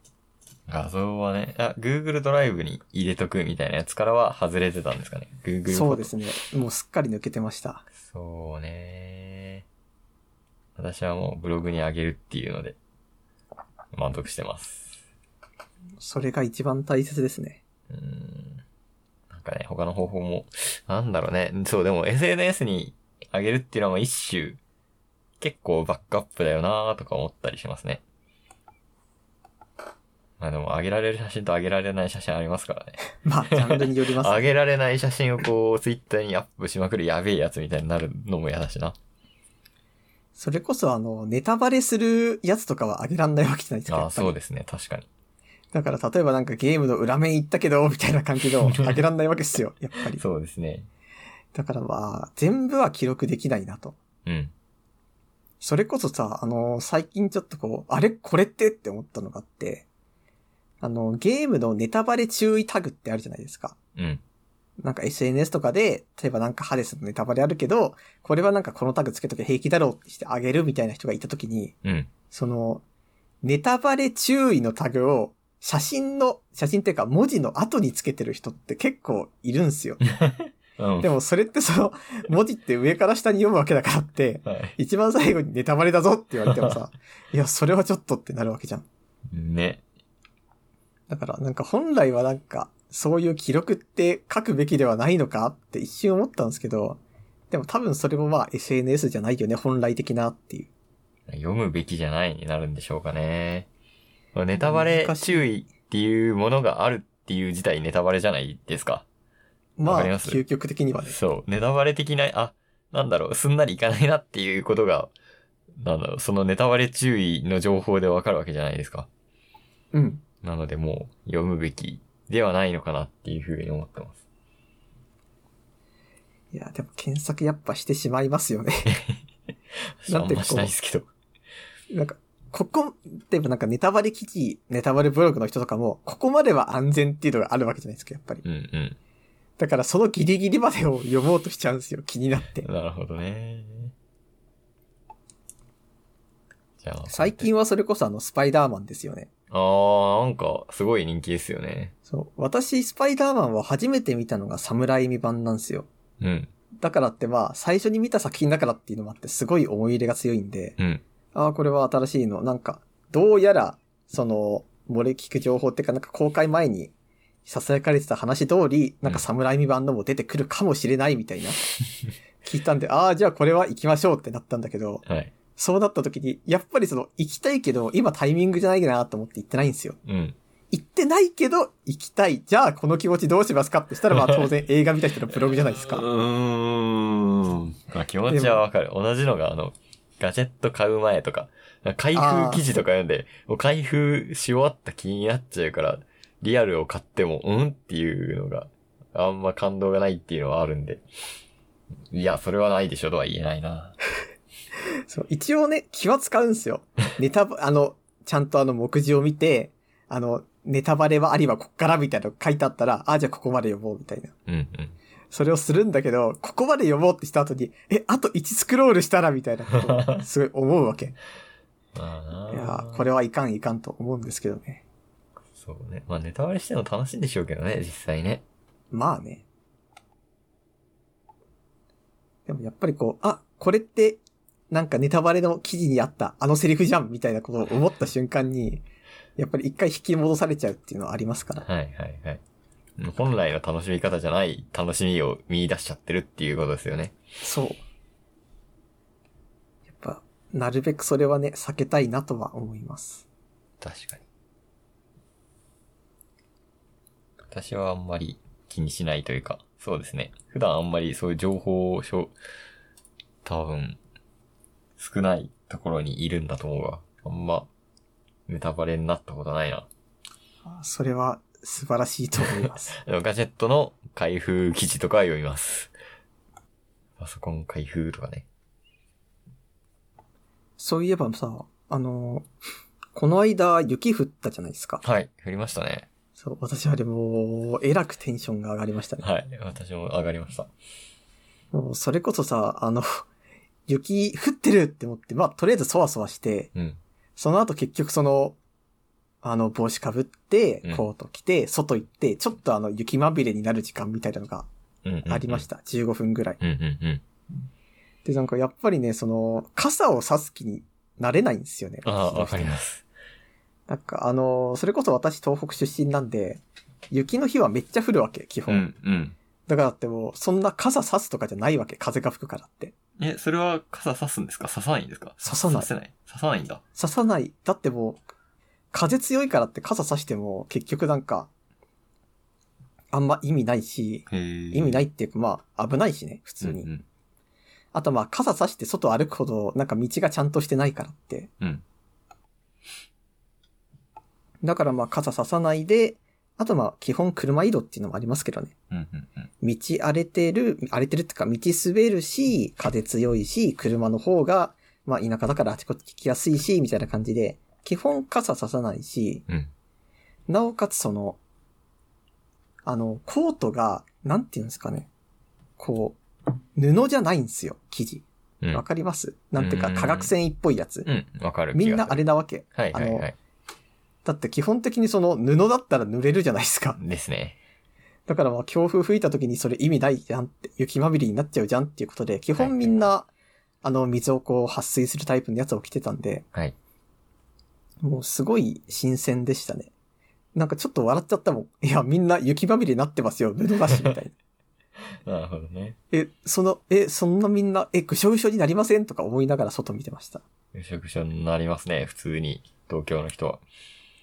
B: 画像はね、あ、Google ドライブに入れとくみたいなやつからは外れてたんですかね。Google フォト
A: そうですね。もうすっかり抜けてました。
B: そうね。私はもうブログに上げるっていうので、満足してます。
A: それが一番大切ですね。
B: うーんなんかね、他の方法も、なんだろうね。そう、でも SNS に上げるっていうのは一種、結構バックアップだよなーとか思ったりしますね。まあでも、上げられる写真と上げられない写真ありますからね。
A: まあ、ジャンルによりますね
B: 上げられない写真をこう、ツイッターにアップしまくるやべえやつみたいになるのも嫌だしな。
A: それこそあの、ネタバレするやつとかはあげらんないわけじゃないですか。
B: あ
A: や
B: あ、
A: っぱり
B: そうですね。確かに。
A: だから例えばなんかゲームの裏面行ったけ ど、みたいな感じのあげらんないわけですよ、やっぱり。
B: そうですね。
A: だからまあ、全部は記録できないなと。
B: うん。
A: それこそさ、あの、最近ちょっとこう、あれこれってって思ったのがあって、あの、ゲームのネタバレ注意タグってあるじゃないですか。
B: うん。
A: なんか SNS とかで、例えばなんかハデスのネタバレあるけど、これはなんかこのタグつけとけ平気だろうってしてあげるみたいな人がいたときに、
B: うん。
A: その、ネタバレ注意のタグを写真の、写真っていうか文字の後につけてる人って結構いるんですよ。
B: うん。
A: でもそれってその、 文字って上から下に読むわけだからって、
B: はい。
A: 一番最後にネタバレだぞって言われても さ、いや、それはちょっとってなるわけじゃん。
B: ね。
A: だからなんか本来はなんか、そういう記録って書くべきではないのかって一瞬思ったんですけど、でも多分それもまあ SNS じゃないよね、本来的なっていう。
B: 読むべきじゃないになるんでしょうかね。ネタバレ
A: 難しい
B: 注意っていうものがあるっていう自体ネタバレじゃないですか。
A: ま
B: わ
A: あ、
B: かります
A: 究極的にはね。
B: そう。ネタバレ的な、あ、なんだろう、すんなりいかないなっていうことが、なんだろう、そのネタバレ注意の情報でわかるわけじゃないですか。
A: うん。
B: なのでもう読むべきではないのかなっていうふうに思ってます。
A: いや、でも検索やっぱしてしまいますよね。 なん
B: あん
A: てこう
B: ましないですけど。
A: なんか、ここ、例えばなんかネタバレ記事、ネタバレブログの人とかも、ここまでは安全っていうのがあるわけじゃないですか、やっぱり。
B: うんうん。
A: だからそのギリギリまでを読もうとしちゃうんですよ、 気になって。
B: なるほどね。じゃあ。
A: 最近はそれこそあの、スパイダーマンですよね。
B: あー、なんか、すごい人気ですよね。
A: そう。私、スパイダーマンは初めて見たのがサムライミ版なんですよ。
B: うん、
A: だからってまあ、最初に見た作品だからっていうのもあって、すごい思い入れが強いんで、
B: うん、
A: ああ、これは新しいの。なんか、どうやら、その、漏れ聞く情報っていうか、なんか公開前に、囁かれてた話通り、なんか侍未版のも出てくるかもしれないみたいな、聞いたんで、ああ、じゃあこれは行きましょうってなったんだけど、
B: はい。
A: そうなった時に、やっぱりその、行きたいけど、今タイミングじゃないなと思って行ってないんですよ。
B: うん。
A: 行ってないけど、行きたい。じゃあこの気持ちどうしますかってしたら、まあ当然映画見た人のブログじゃないです
B: う
A: か。
B: ーん。まあ気持ちはわかる。同じのが、あの、ガジェット買う前とか、開封記事とか読んで、もう開封し終わった気になっちゃうから、リアルを買っても、うんっていうのが、あんま感動がないっていうのはあるんで。いや、それはないでしょとは言えないな。
A: そう一応ね、気は使うんですよ。ネタバ、あの、ちゃんとあの、目次を見て、あの、ネタバレはありはこっからみたいなの書いてあったら、ああ、じゃあここまで読もうみたいな。
B: うんうん。
A: それをするんだけど、ここまで読もうってした後に、え、あと1スクロールしたらみたいなことをすごい思うわけ。
B: まあ
A: い
B: な
A: やーこれはいかんいかんと思うんですけどね。
B: そうね。まあネタバレしても楽しいんでしょうけどね、実際ね。
A: まあね。でもやっぱりこう、あ、これって、なんかネタバレの記事にあったあのセリフじゃんみたいなことを思った瞬間に、やっぱり一回引き戻されちゃうっていうのはありますから。
B: はいはいはい。本来の楽しみ方じゃない楽しみを見出しちゃってるっていうことですよね。
A: そう。やっぱ、なるべくそれはね、避けたいなとは思います。
B: 確かに。私はあんまり気にしないというか、そうですね。普段あんまりそういう情報をしょ、多分、少ないところにいるんだと思うわ。あんま、ネタバレになったことないな。
A: あそれは素晴らしいと思います。
B: でもガジェットの開封記事とかは読みます。パソコン開封とかね。
A: そういえばさ、あの、この間雪降ったじゃないですか。
B: はい、振りましたね。
A: そう、私はでも、えらくテンションが上がりましたね。
B: はい、私も上がりました。
A: もうそれこそさ、あの、 雪降ってるって思って、まあ、とりあえずそわそわして、
B: うん。
A: その後結局その、あの、帽子かぶって
B: うん、
A: コート着て、外行って、ちょっとあの、雪まびれになる時間みたいなのが
B: うんうんうん
A: ありました。15分ぐらい。
B: うんうんうん。
A: で、なんかやっぱりね、その、傘を差す気になれないんですよね。。
B: ああ、わかりますす。
A: なんかあの、それこそ私東北出身なんで、雪の日はめっちゃ降るわけ、基
B: う
A: 本。
B: んうん。
A: だからだってもう、そんな傘差すとかじゃないわけ、風が吹くからって。
B: え、それは傘刺すんですか刺さないんですか
A: 刺さない
B: 刺せない。刺さないんだ。
A: 刺さない。だってもう、風強いからって傘差しても、結局なんか、あんま意味ないし、
B: へえ。、
A: 意味ないいっていうか、まあ、危ないしね、普通に。
B: うん
A: あとまあ、傘差して外歩くほど、なんか道がちゃんとしてないからって。
B: うん。
A: だからまあ、傘差さないで、あとまあ、基本車移動っていうのもありますけどね。
B: うんうんうん。
A: 道荒れてる、荒れてるっていうか、道滑るし、風強いし、車の方が、まあ、田舎だからあちこち聞きやすいし、みたいな感じで、基本傘差さないし、
B: うん
A: なおかつその、あの、コートが、なんていうんですかね。こう、布じゃないんですよ、生地。
B: うん。
A: わかります、なんていうか、
B: うん
A: 化学繊維っぽいやつ。
B: うん、わかる。
A: みんなあ
B: れ。
A: れなわけ。
B: はいはいはい。
A: だって基本的にその布だったら濡れるじゃないですか。
B: ですね。
A: だからまあ強風吹いた時にそれ意味ないじゃんって、雪まみれになっちゃうじゃんっていうことで、基本みんな、あの、水をこう撥水するタイプのやつを着てたんで、
B: はい。
A: もうすごい新鮮でしたね。なんかちょっと笑っちゃったもん。いや、みんな雪まみれになってますよ、布だし、みたいな。
B: なるほどね。
A: え、その、え、そんなみんな、え、ぐしょぐしょになりませんとか思いながら外見てました。
B: ぐしょぐしょになりますね、普通に。東京の人は。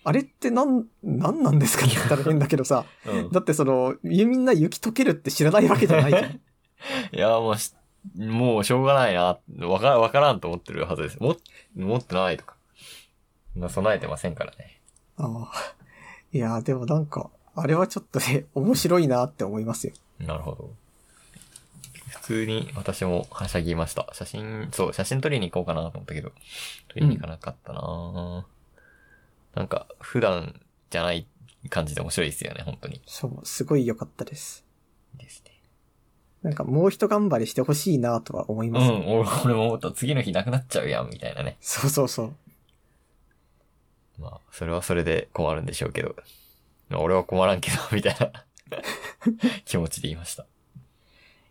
A: あれってなん、なんなんですかって言ったら変だけどさ、
B: うん。
A: だってその、みんな雪解けるって知らないわけじゃないじゃん。
B: いや、もうし、もうしょうがないな。わから、わからんと思ってるはずです。も、持ってないとか。そんな備えてませんからね。
A: ああ。いやー、でもなんか、あれはちょっとね、 面白いなって思いますよ。
B: なるほど。普通に私もはしゃぎました。写真、そう、写真撮りに行こうかなと思ったけど、撮りに行かなかったな、なんか、普段じゃない感じで面白いですよね、本当に。
A: そう、すごい良かったです。
B: ですね。
A: なんかもう一頑張りしてほしいなとは思いうます、
B: ん、俺俺も思った。次の日なくなっちゃうやん、みたいなね。
A: そうそうそう。
B: まあ、それはそれで困るんでしょうけど。まあ、俺は困らんけど、みたい な気持ちで言いました。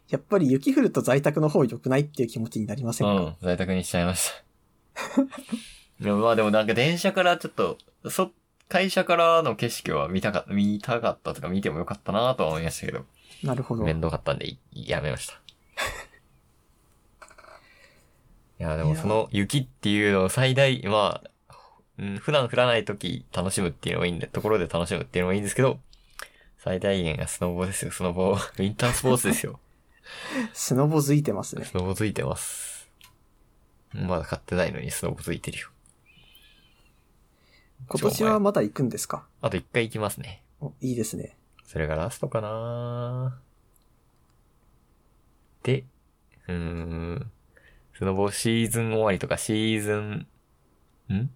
A: やっぱり雪降ると在宅の方良くないっていう気持ちになりませんか、
B: うん、在宅にしちゃいました。でもまあでもなんか電車からちょっと、そ、会社からの景色は見たかった、見たかったとか見てもよかったなとは思いましたけど、
A: なるほど。
B: 面倒かったんでいやめました。いや、でもその雪っていうのを最大、まあ、うん普段降らない時楽しむっていうのもいいんで、ところで楽しむっていうのもいいんですけど、最大限がスノボですよ、スノボ。ウィンタースポーツですよ。
A: スノボづいてますね
B: ス。ノボついてます。まだ買ってないのにスノボついてるよ。
A: 今年はまだ行くんですか
B: あと一回行きますね。
A: おいいですね。
B: それがラストかなで、うーん。スノボシーズン終わりとかシーズン、ん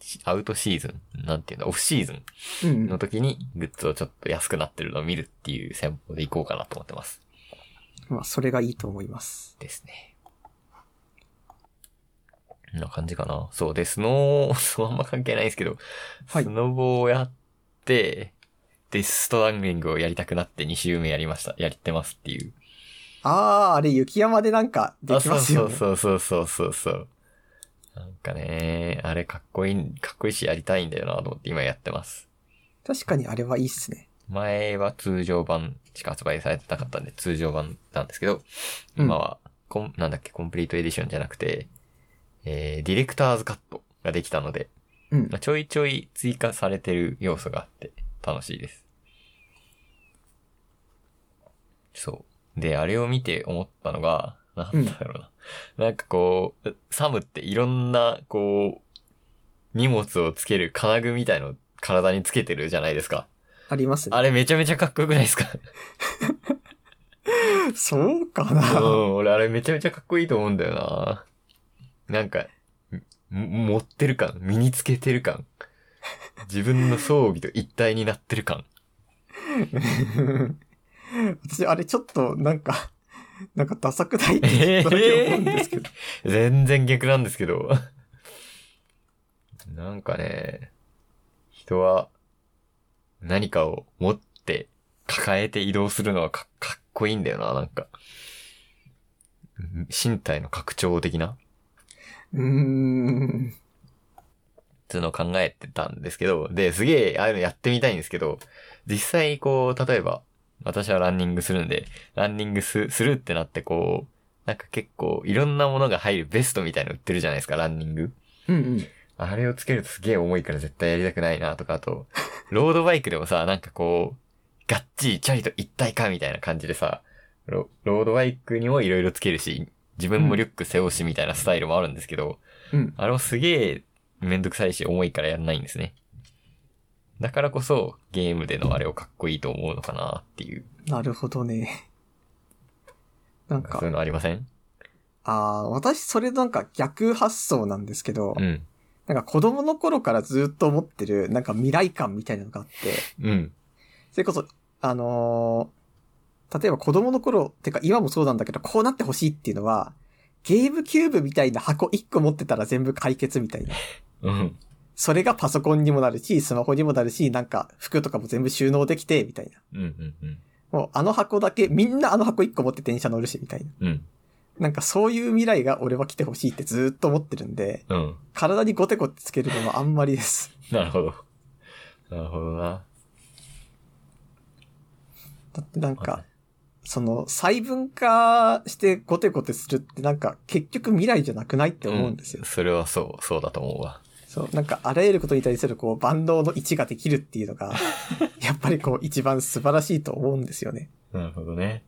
B: しアウトシーズンなんていうんだ、オフシーズン
A: うんうん、
B: の時にグッズをちょっと安くなってるのを見るっていう戦法で行こうかなと思ってます。
A: まあ、それがいいと思います。
B: ですね。こんな感じかな。そうで、スノー、 そうあんま関係ないんですけど、
A: はい
B: スノボをやって、で、ストラングリングをやりたくなって2周目やりました。やってますっていう。
A: あー、あれ、雪山でなんかできますよね。
B: あそうそうそうそうそうそう。なんかね、あれかっこいい、かっこいいしやりたいんだよなと思って今やってます。
A: 確かにあれはいいっすね。
B: 前は通常版しか発売されてなかったんで通常版なんですけど、
A: うん
B: 今はコン、なんだっけ、コンプリートエディションじゃなくて、えー、ディレクターズカットができたので、
A: うん
B: まあ。ちょいちょい追加されてる要素があって楽しいです。そう。で、あれを見て思ったのが、なんだろうな。なんかこう、サムっていろんな、こう、荷物をつける金具みたいのを体につけてるじゃないですか。
A: ありますね。
B: あれめちゃめちゃかっこよくないですか
A: そうか
B: う
A: な。
B: ん、俺あれめちゃめちゃかっこいいと思うんだよな。なんか、も持ってる感、身につけてる感。自分の装備と一体になってる感。
A: 私、あれちょっと、なんか、 なんかダサくないって
B: え
A: ちょ
B: え
A: っとだけ思うんですけど。
B: 全然逆なんですけど。なんかね、人は何かを持って抱えて移動するのはかかっこいいんだよな、なんか。うん身体の拡張的な
A: うーん。
B: っていうのを考えてたんですけど、で、すげえ、ああいうのやってみたいんですけど、実際こう、例えば、私はランニングするんで、ランニングすするってなってこう、なんか結構いろんなものが入るベストみたいなの売ってるじゃないですか、ランニング。
A: うんうん。
B: あれをつけるとすげえ重いから絶対やりたくないなとか、あと、ロードバイクでもさ、なんかこう、がっちりチャリと一体化みたいな感じでさ、ロロードバイクにもいろいろつけるし、自分もリュック背負うしみたいなスタイルもあるんですけど、
A: うん。
B: あれもすげえめんどくさいし重いからやんないんですね。だからこそ、ゲームでのあれをかっこいいと思うのかなっていう、
A: なるほどね。なんか
B: そうい、うのありません
A: ああ、私それなんか逆発想なんですけど
B: う、ん。
A: なんか子供の頃からずっと思ってる、なんか未来感みたいなのがあって、
B: うん。
A: それこそ、あのー例えば子供の頃、てか今もそうなんだけど、こうなってほしいっていうのは、ゲームキューブみたいな箱1個持ってたら全部解決みたいな。
B: うん。
A: それがパソコンにもなるし、スマホにもなるし、なんか服とかも全部収納できて、みたいな。
B: うん。うん。うん
A: もうあの箱だけ、みんなあの箱1個持って電車乗るし、みたいな。
B: うん。
A: なんかそういう未来が俺は来てほしいってずーっと思ってるんで、
B: うん。
A: 体にゴテゴテつけるのはあんまりです。
B: なるほど。なるほどな。
A: だってなん
B: は
A: か、その細分化してゴテゴテするってなんか結局未来じゃなくないって思うんですよ。
B: それはそう、そうだと思うわ。
A: そう、なんかあらゆることに対するこう万能の位置ができるっていうのが、やっぱりこう一番素晴らしいと思うんですよね。
B: なるほどね。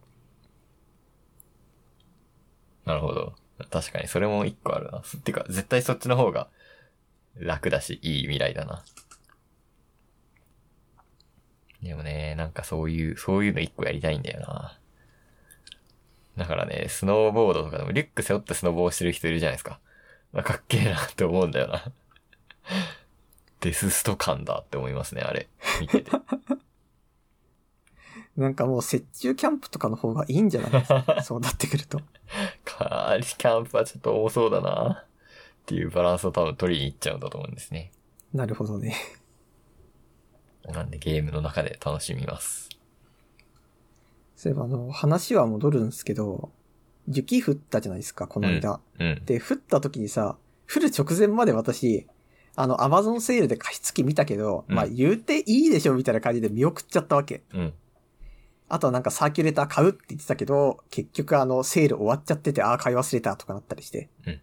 B: なるほど。確かに、それも一個あるな。すてか、絶対そっちの方が楽だし、いい未来だな。でもね、なんかそういう、そういうの一個やりたいんだよな。だからね、スノーボードとかでもリュック背負ってスノボーしてる人いるじゃないですか。まあかっけえなって思うんだよな。デススト感だって思いますね、あれ。見てて。
A: なんかもう雪中キャンプとかの方がいいんじゃないです か。そうなってくると。
B: カーリキャンプはちょっと多そうだな。っていうバランスを多分取りに行っちゃうんだと思うんですね。
A: なるほどね。
B: なんでゲームの中で楽しみます。
A: そういえばあの、話は戻るんですけど、雪降ったじゃないですか、この間。
B: うん。
A: で、降った時にさ、降る直前まで私、あの、アマゾンセールで加湿器見たけど、
B: うん
A: まあ言うていいでしょみたいな感じで見送っちゃったわけ。
B: うん。
A: あとはなんかサーキュレーター買うって言ってたけど、結局あの、セール終わっちゃってて、ああ、買い忘れたとかなったりして。
B: うん。うん。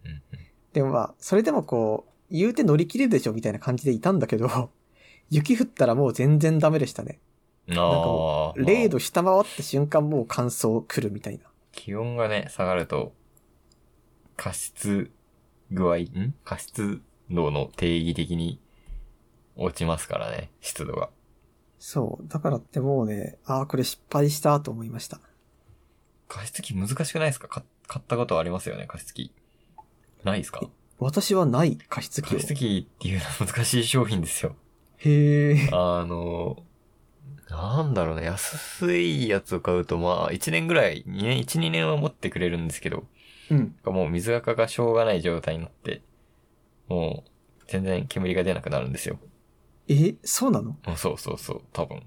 A: でもまあ、それでもこう、言うて乗り切れるでしょみたいな感じでいたんだけど、 雪降ったらもう全然ダメでしたね。
B: うん。ああ。
A: 0度下回った瞬間もう乾燥来るみたいな。
B: 気温がね、下がると、加湿具合、ん加湿度の定義的に落ちますからね、湿度が。
A: そう。だからってもうね、ああ、これ失敗したと思いました。
B: 加湿器難しくないですかか買ったことありますよね、加湿器。ないですか
A: 私はない加湿器
B: 加
A: を。
B: 湿器っていうのは難しい商品ですよ。
A: へえ。
B: あの、なんだろうね、安いやつを買うと、まあ、1年ぐらい、2年、1、2年は持ってくれるんですけど、
A: うん。
B: もう水垢がしょうがない状態になって、もう、全然煙が出なくなるんですよ。
A: え、そうなの
B: うんそうそうそう、多分。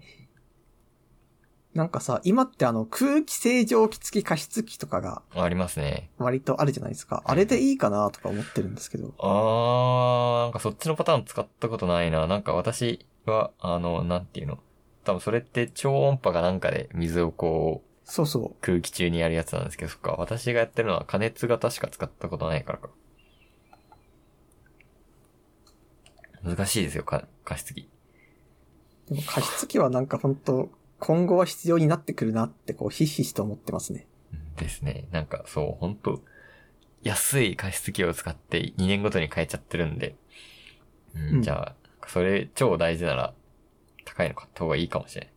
A: なんかさ、今ってあの、空気清浄機付き加湿器とかが
B: ありますね。
A: 割とあるじゃないですか。あれでいいかなとか思ってるんですけど。
B: あー、なんかそっちのパターン使ったことないな。なんか私は、あの、なんていうの。多分それって超音波かなんかで水をこう、
A: そうそ
B: 空気中にやるやつなんですけど、そっか。私がやってるのは加熱型しか使ったことないからか。難しいですよ、か加湿器。
A: う。でも加湿器はなんか本当今後は必要になってくるなってこう、ひしひしと思ってますね。
B: ですね。なんかそう、ほんと、安い加湿器を使って2年ごとに変えちゃってるんで。うん、
A: うん
B: じゃあ、それ超大事なら、高いの買った方がいいかもしれない。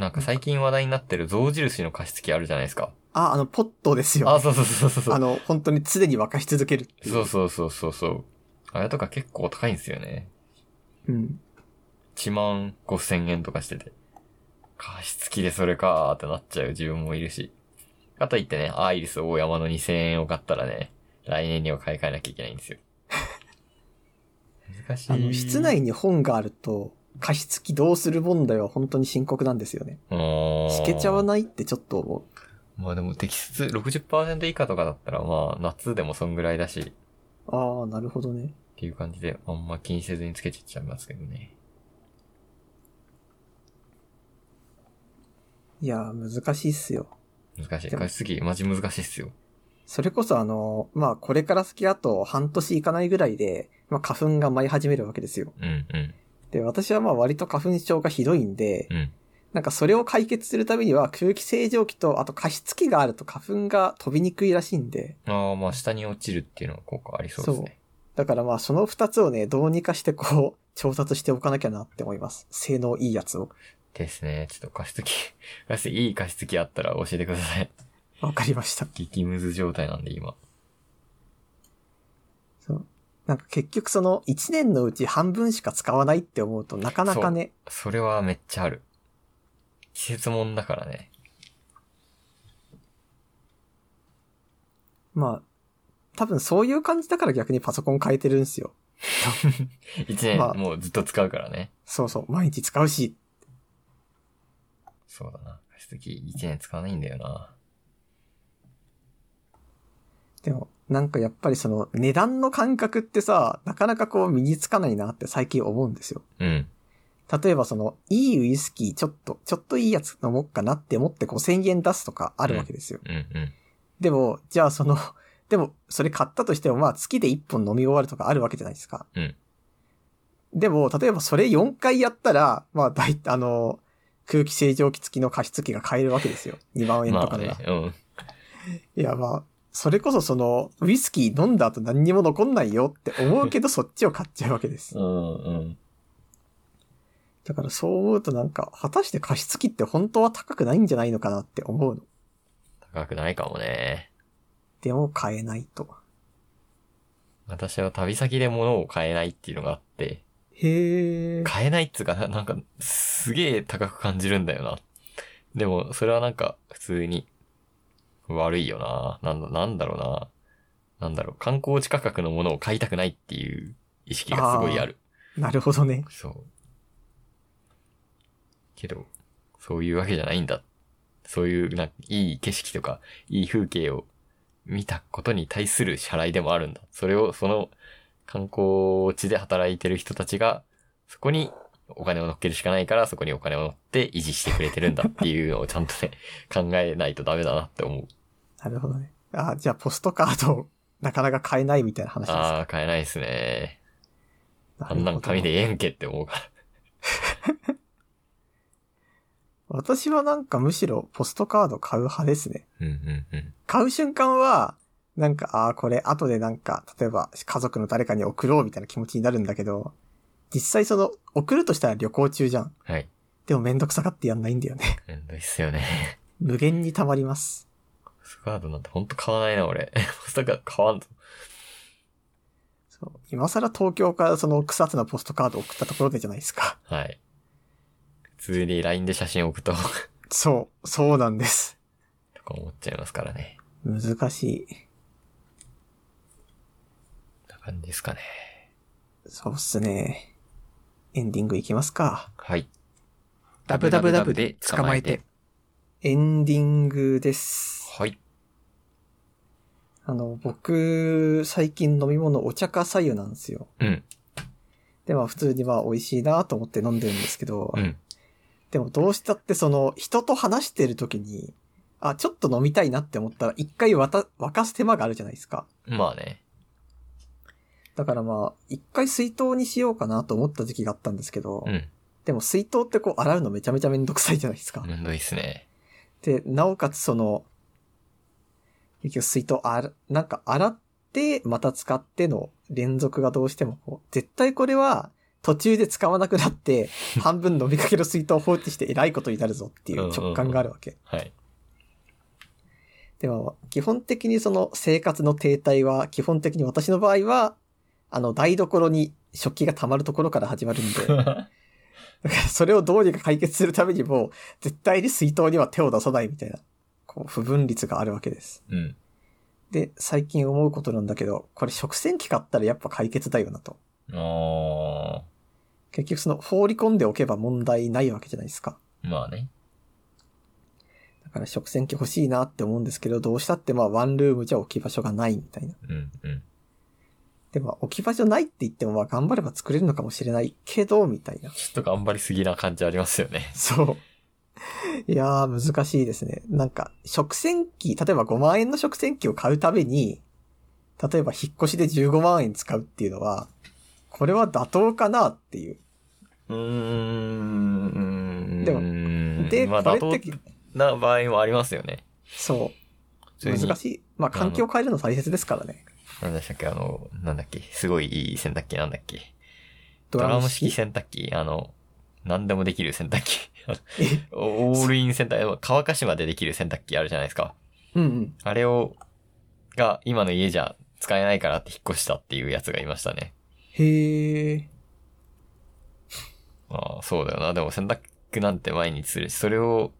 B: なんか最近話題になってる象印の加湿器あるじゃないですか。
A: あ、あの、ポットですよ。
B: あ、そうそうそうそうそ
A: あ
B: う。
A: の、本当に常に沸かし続けるってい
B: そうそうそうそうそう。あれとか結構高いんですよね。
A: うん。
B: 1万5千円とかしてて。加湿器でそれかーってなっちゃう自分もいるし。かといってね、アイリス大山の2千円を買ったらね、来年には買い替えなきゃいけないんですよ。難しい。
A: あの、室内に本があると、加湿器どうする問題は本当に深刻なんですよね。
B: し
A: しけちゃわないってちょっと思う。
B: まあでも適切60%以下とかだったらまあ夏でもそんぐらいだし、っ
A: ああ、なるほどね。
B: ていう感じであんま気にせずにつけちゃっちゃいますけどね。
A: いやー、難しいっすよ。
B: 難しい。
A: でも
B: 加湿器マジ難しいっすよ。
A: それこそあの、まあ、これから先あと半年いかないぐらいで、まあ、花粉が舞い始めるわけですよ。
B: うんうん。
A: で、私はまあ、割と花粉症がひどいんで、
B: うん。
A: なんかそれを解決するためには空気清浄機と、あと加湿器があると花粉が飛びにくいらしいんで、
B: ああまあ下に落ちるっていうのは効果ありそうですね。
A: だからまあ、その二つをね、どうにかしてこう、調達しておかなきゃなって思います。性能いいやつを。
B: ですね。ちょっと加湿器、 加湿器、いい加湿器あったら教えてください。
A: わかりました。
B: 激ムズ状態なんで今。
A: そう。なんか結局その一年のうち半分しか使わないって思うとなかなかね、
B: それはめっちゃある。季節もんだからね。
A: まあ、多分そういう感じだから逆にパソコン変えてるんですよ。
B: 一年
A: まあ
B: もうずっと使うからね。
A: そうそう、毎日使うし。
B: そうだな。加湿器一年使わないんだよな。
A: でも、なんかやっぱりその値段の感覚ってさ、なかなかこう身につかないなって最近思うんですよ。
B: うん。
A: 例えばその、いいウイスキーちょっと、ちょっといいやつ飲もうかなって思って5000円出すとかあるわけですよ。
B: うんうん。
A: でも、じゃあその、 でも、それ買ったとしても、まあ月で1本飲み終わるとかあるわけじゃないですか。
B: うん
A: でも、例えばそれ4回やったら、まあ大、あの、空気清浄機付きの加湿器が買えるわけですよ。2万円と
B: まあ
A: かなら。
B: ね、うん。
A: いや、まあ、それこそその、ウイスキー飲んだ後何にも残んないよって思うけど、そっちを買っちゃうわけです
B: う。んうん。
A: だからそう思うとなんか、果たして加湿器って本当は高くないんじゃないのかなって思うの。
B: 高くないかもね。
A: でも買えないと。
B: 私は旅先で物を買えないっていうのがあって、
A: へえ。
B: 買えないっつうかな、なんか、すげえ高く感じるんだよな。でも、それはなんか、普通に、悪いよな。なんだ、なんだろうな。なんだろう、観光地価格のものを買いたくないっていう意識がすごいある。
A: なるほどね。
B: そう。けど、そういうわけじゃないんだ。そういう、なんか、いい景色とか、いい風景を見たことに対する謝礼でもあるんだ。それを、その、観光地で働いてる人たちが、そこにお金を乗っけるしかないから、そこにお金を乗って維持してくれてるんだっていうのをちゃんとね、 考えないとダメだなって思う。
A: なるほどね。あーじゃあポストカードをなかなか買えないみたいな話ですか。
B: ああ、買えないですね。
A: な
B: あ
A: るほ
B: ん
A: ど
B: なん紙でええんけって思うから。
A: 私はなんかむしろポストカード買う派ですね。
B: うんうんうん。
A: 買う瞬間は、なんか、ああー、これ後でなんか、例えば家族の誰かに送ろうみたいな気持ちになるんだけど、実際その、送るとしたら旅行中じゃん。
B: はい。
A: でもめんどくさがってやんないんだよね。
B: めんどいっすよね。
A: 無限に溜まります。
B: ポストカードなんてほんと買わないな、俺。 ポストカード買わんぞ。
A: そう今更東京からその草津のポストカード送ったところでじゃないですか。
B: はい。普通に LINE で写真送っとこう
A: そう、そうなんです。
B: とか思っちゃいますからね。
A: 難しい。
B: こんな感じですかね。
A: そうっすね。エンディングいきますか。
B: はい。
C: ダブダブダブで捕まえて。
A: エンディングです。
B: はい。
A: あの、僕、最近飲み物お茶か左右なんですよ。
B: うん。
A: で、まあ普通にまあ美味しいなと思って飲んでるんですけど、
B: うん。
A: でもどうしたってその人と話してる時に、あ、ちょっと飲みたいなって思ったら一回わた沸かす手間があるじゃないですか。
B: まあね。
A: だからまあ、一回水筒にしようかなと思った時期があったんですけど、
B: うん。
A: でも水筒ってこう洗うのめちゃめちゃめんどくさいじゃないですか。
B: めんどいっすね。
A: で、なおかつその、結局水筒あら、なんか洗って、また使っての連続がどうしてもこう、絶対これは途中で使わなくなって、半分飲みかけの水筒を放置して偉いことになるぞっていう直感があるわけ。
B: はい。
A: でも、基本的にその生活の停滞は、基本的に私の場合は、あの、台所に食器が溜まるところから始まるんで、だから それをどうにか解決するためにも、絶対に水筒には手を出さないみたいな、こう、不分率があるわけです。
B: うん。
A: で、最近思うことなんだけど、これ食洗機買ったらやっぱ解決だよなと。
B: あ
A: 結局その放り込んでおけば問題ないわけじゃないですか。
B: ー。まあね。
A: だから食洗機欲しいなって思うんですけど、どうしたってまあワンルームじゃ置き場所がないみたいな。
B: うんうん。
A: でも置き場所ないって言ってもまあ頑張れば作れるのかもしれないけど、みたいな。
B: ちょっと頑張りすぎな感じありますよね。
A: そう。いやー難しいですね。なんか食洗機、例えば5万円の食洗機を買うために、例えば引っ越しで15万円使うっていうのは、これは妥当かなっていう。
B: うーん。
A: で
B: も
A: で
B: まあ、
A: これ
B: 妥
A: って
B: 当な場合もありますよね。
A: そう。
B: 普通に
A: 難しい。まあ、環境を変えるの大切ですからね。
B: なんでしたっけあの、なんだっけすごいいい洗濯機なんだっけ
A: ド
B: ド
A: ラ
B: ラ
A: ム
B: ム
A: 式
B: 式洗濯機あの、何でもできる洗濯機。
A: え
B: オールイン洗濯、乾かしまでできる洗濯機あるじゃないですか。
A: うんうん。
B: あれを、が今の家じゃ使えないからって引っ越したっていうやつがいましたね。
A: へえ。
B: まあ、そうだよな。でも洗濯なんて毎日するし、それを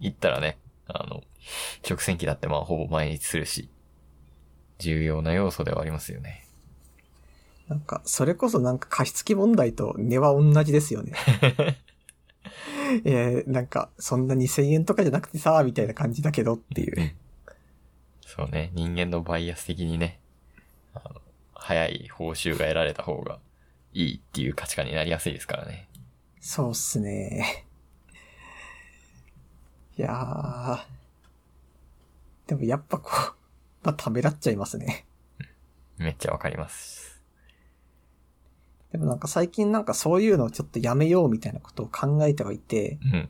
B: 言ったらね、あの、食洗機だってまあほぼ毎日するし、重要な要素ではありますよね。
A: なんか、それこそなんか加湿器問題と根は同じですよ ね。えー、なんか、そんな2000円とかじゃなくてさ、みたいな感じだけどっていう。
B: そうね。人間のバイアス的にね、あの、早い報酬が得られた方がいいっていう価値観になりやすいですからね。
A: そうっすね。いやー。でもやっぱこう、 まあ、ためらっちゃいますね。
B: めっちゃわかります。
A: でもなんか最近なんかそういうのをちょっとやめようみたいなことを考えてはいて、
B: うん。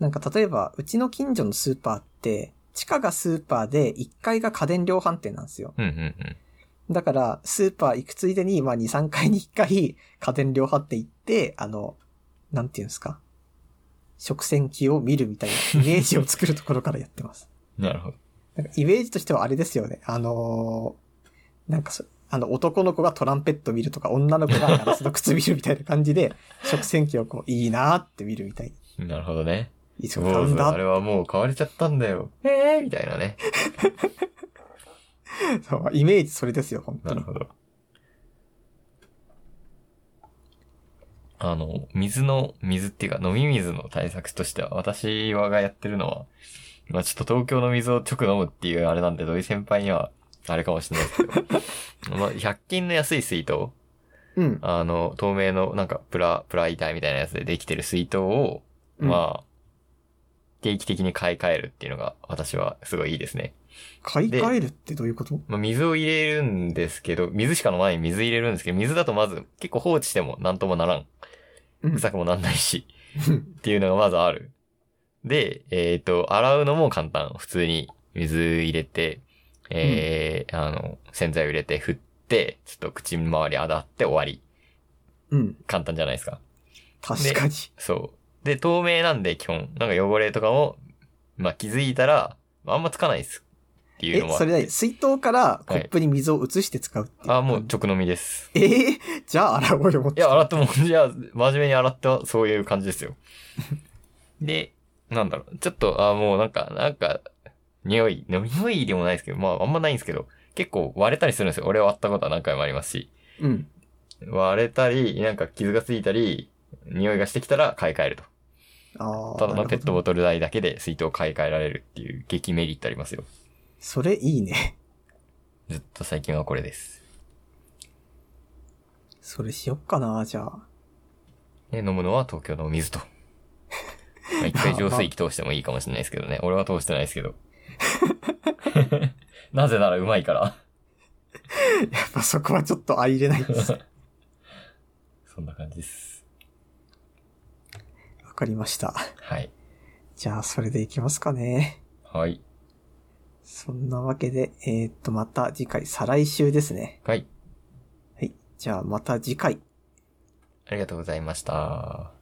A: なんか例えば、うちの近所のスーパーって、地下がスーパーで1階が家電量販店なんですよ。
B: うんうん
A: だから、スーパー行くついでに、まあ2、3階に1回家電量販店行って、あの、なんていうんですか。食洗機を見るみたいなイメージを作るところからやってます。
B: うん。なるほど。
A: なんかイメージとしてはあれですよね。あのーなんかそあの、男の子がトランペット見るとか、女の子がガラスの靴見るみたいな感じ で、食洗機をこう、いいなーって見るみたいな。
B: なるほどね。
A: いつ
B: そう
A: も買うんだ
B: あれはもう買われちゃったんだよ。ええー、みたいなね。
A: そうイメージそれですよ、本当
B: な
A: に
B: る。ほど。あの、水の、水っていうか飲み水の対策としては、私はがやってるのは、まあちょっと東京の水を直飲むっていうあれなんで、土井先輩には、あれかもしれないですけど、まあ100均の安い水筒
A: うん。
B: あの、透明のなんかプラ、プラ板みたいなやつでできてる水筒を、
A: うん
B: まあ、定期的に買い替えるっていうのが私はすごいいいですね。
A: 買い替えるってどういうこと
B: まあ、水を入れるんですけど、水しか飲まない水入れるんですけど、水だとまず結構放置してもなんともならん。
A: うん
B: 臭くもなんないし、っていうのがまずある。で、えっ、と、洗うのも簡単。普通に水入れて、えーあの、洗剤を入れて振って、ちょっと口周り洗って終わり。
A: うん。
B: 簡単じゃないですか。
A: 確かに。
B: そう。で、透明なんで基本、なんか汚れとかも、まあ気づいたら、あんまつかないです。っていう
A: え
B: の、は
A: そ。れ何水筒からコップに水を移して使うっていう
B: あ、もう直飲みです。
A: えー、じゃあ洗おうよ、もっ
B: いや、洗っても、 じゃあ、真面目に洗った、そういう感じです よ。で、なんだろう、ちょっと、あもうなんか、なんか、匂い、の匂いでもないですけど、まあ、あんまないんですけど、結構割れたりするんですよ。俺は割ったことは何回もありますし。
A: うん。
B: 割れたり、なんか傷がついたり、匂いがしてきたら買い替えると。
A: ああ。
B: ただ
A: なる
B: の
A: ほ
B: ペ
A: ど
B: ットボトル代だけで水筒を買い替えられるっていう激メリットありますよ。
A: それいいね。
B: ずっと最近はこれです。
A: それしよっかな、じゃあ。
B: で飲むのは東京のお水と。まあ一回浄水器通してもいいかもしれないですけどね。俺は通してないですけ ど。なぜならうまい から。
A: やっぱそこはちょっと相入れないです。わ
B: そんな感じです。
A: かりました。
B: はい。
A: じゃあ、それでいきますかね。
B: はい。
A: そんなわけで、えーっと、また次回、再来週ですね。
B: はい。
A: はい。じゃあ、また次回。
B: ありがとうございました。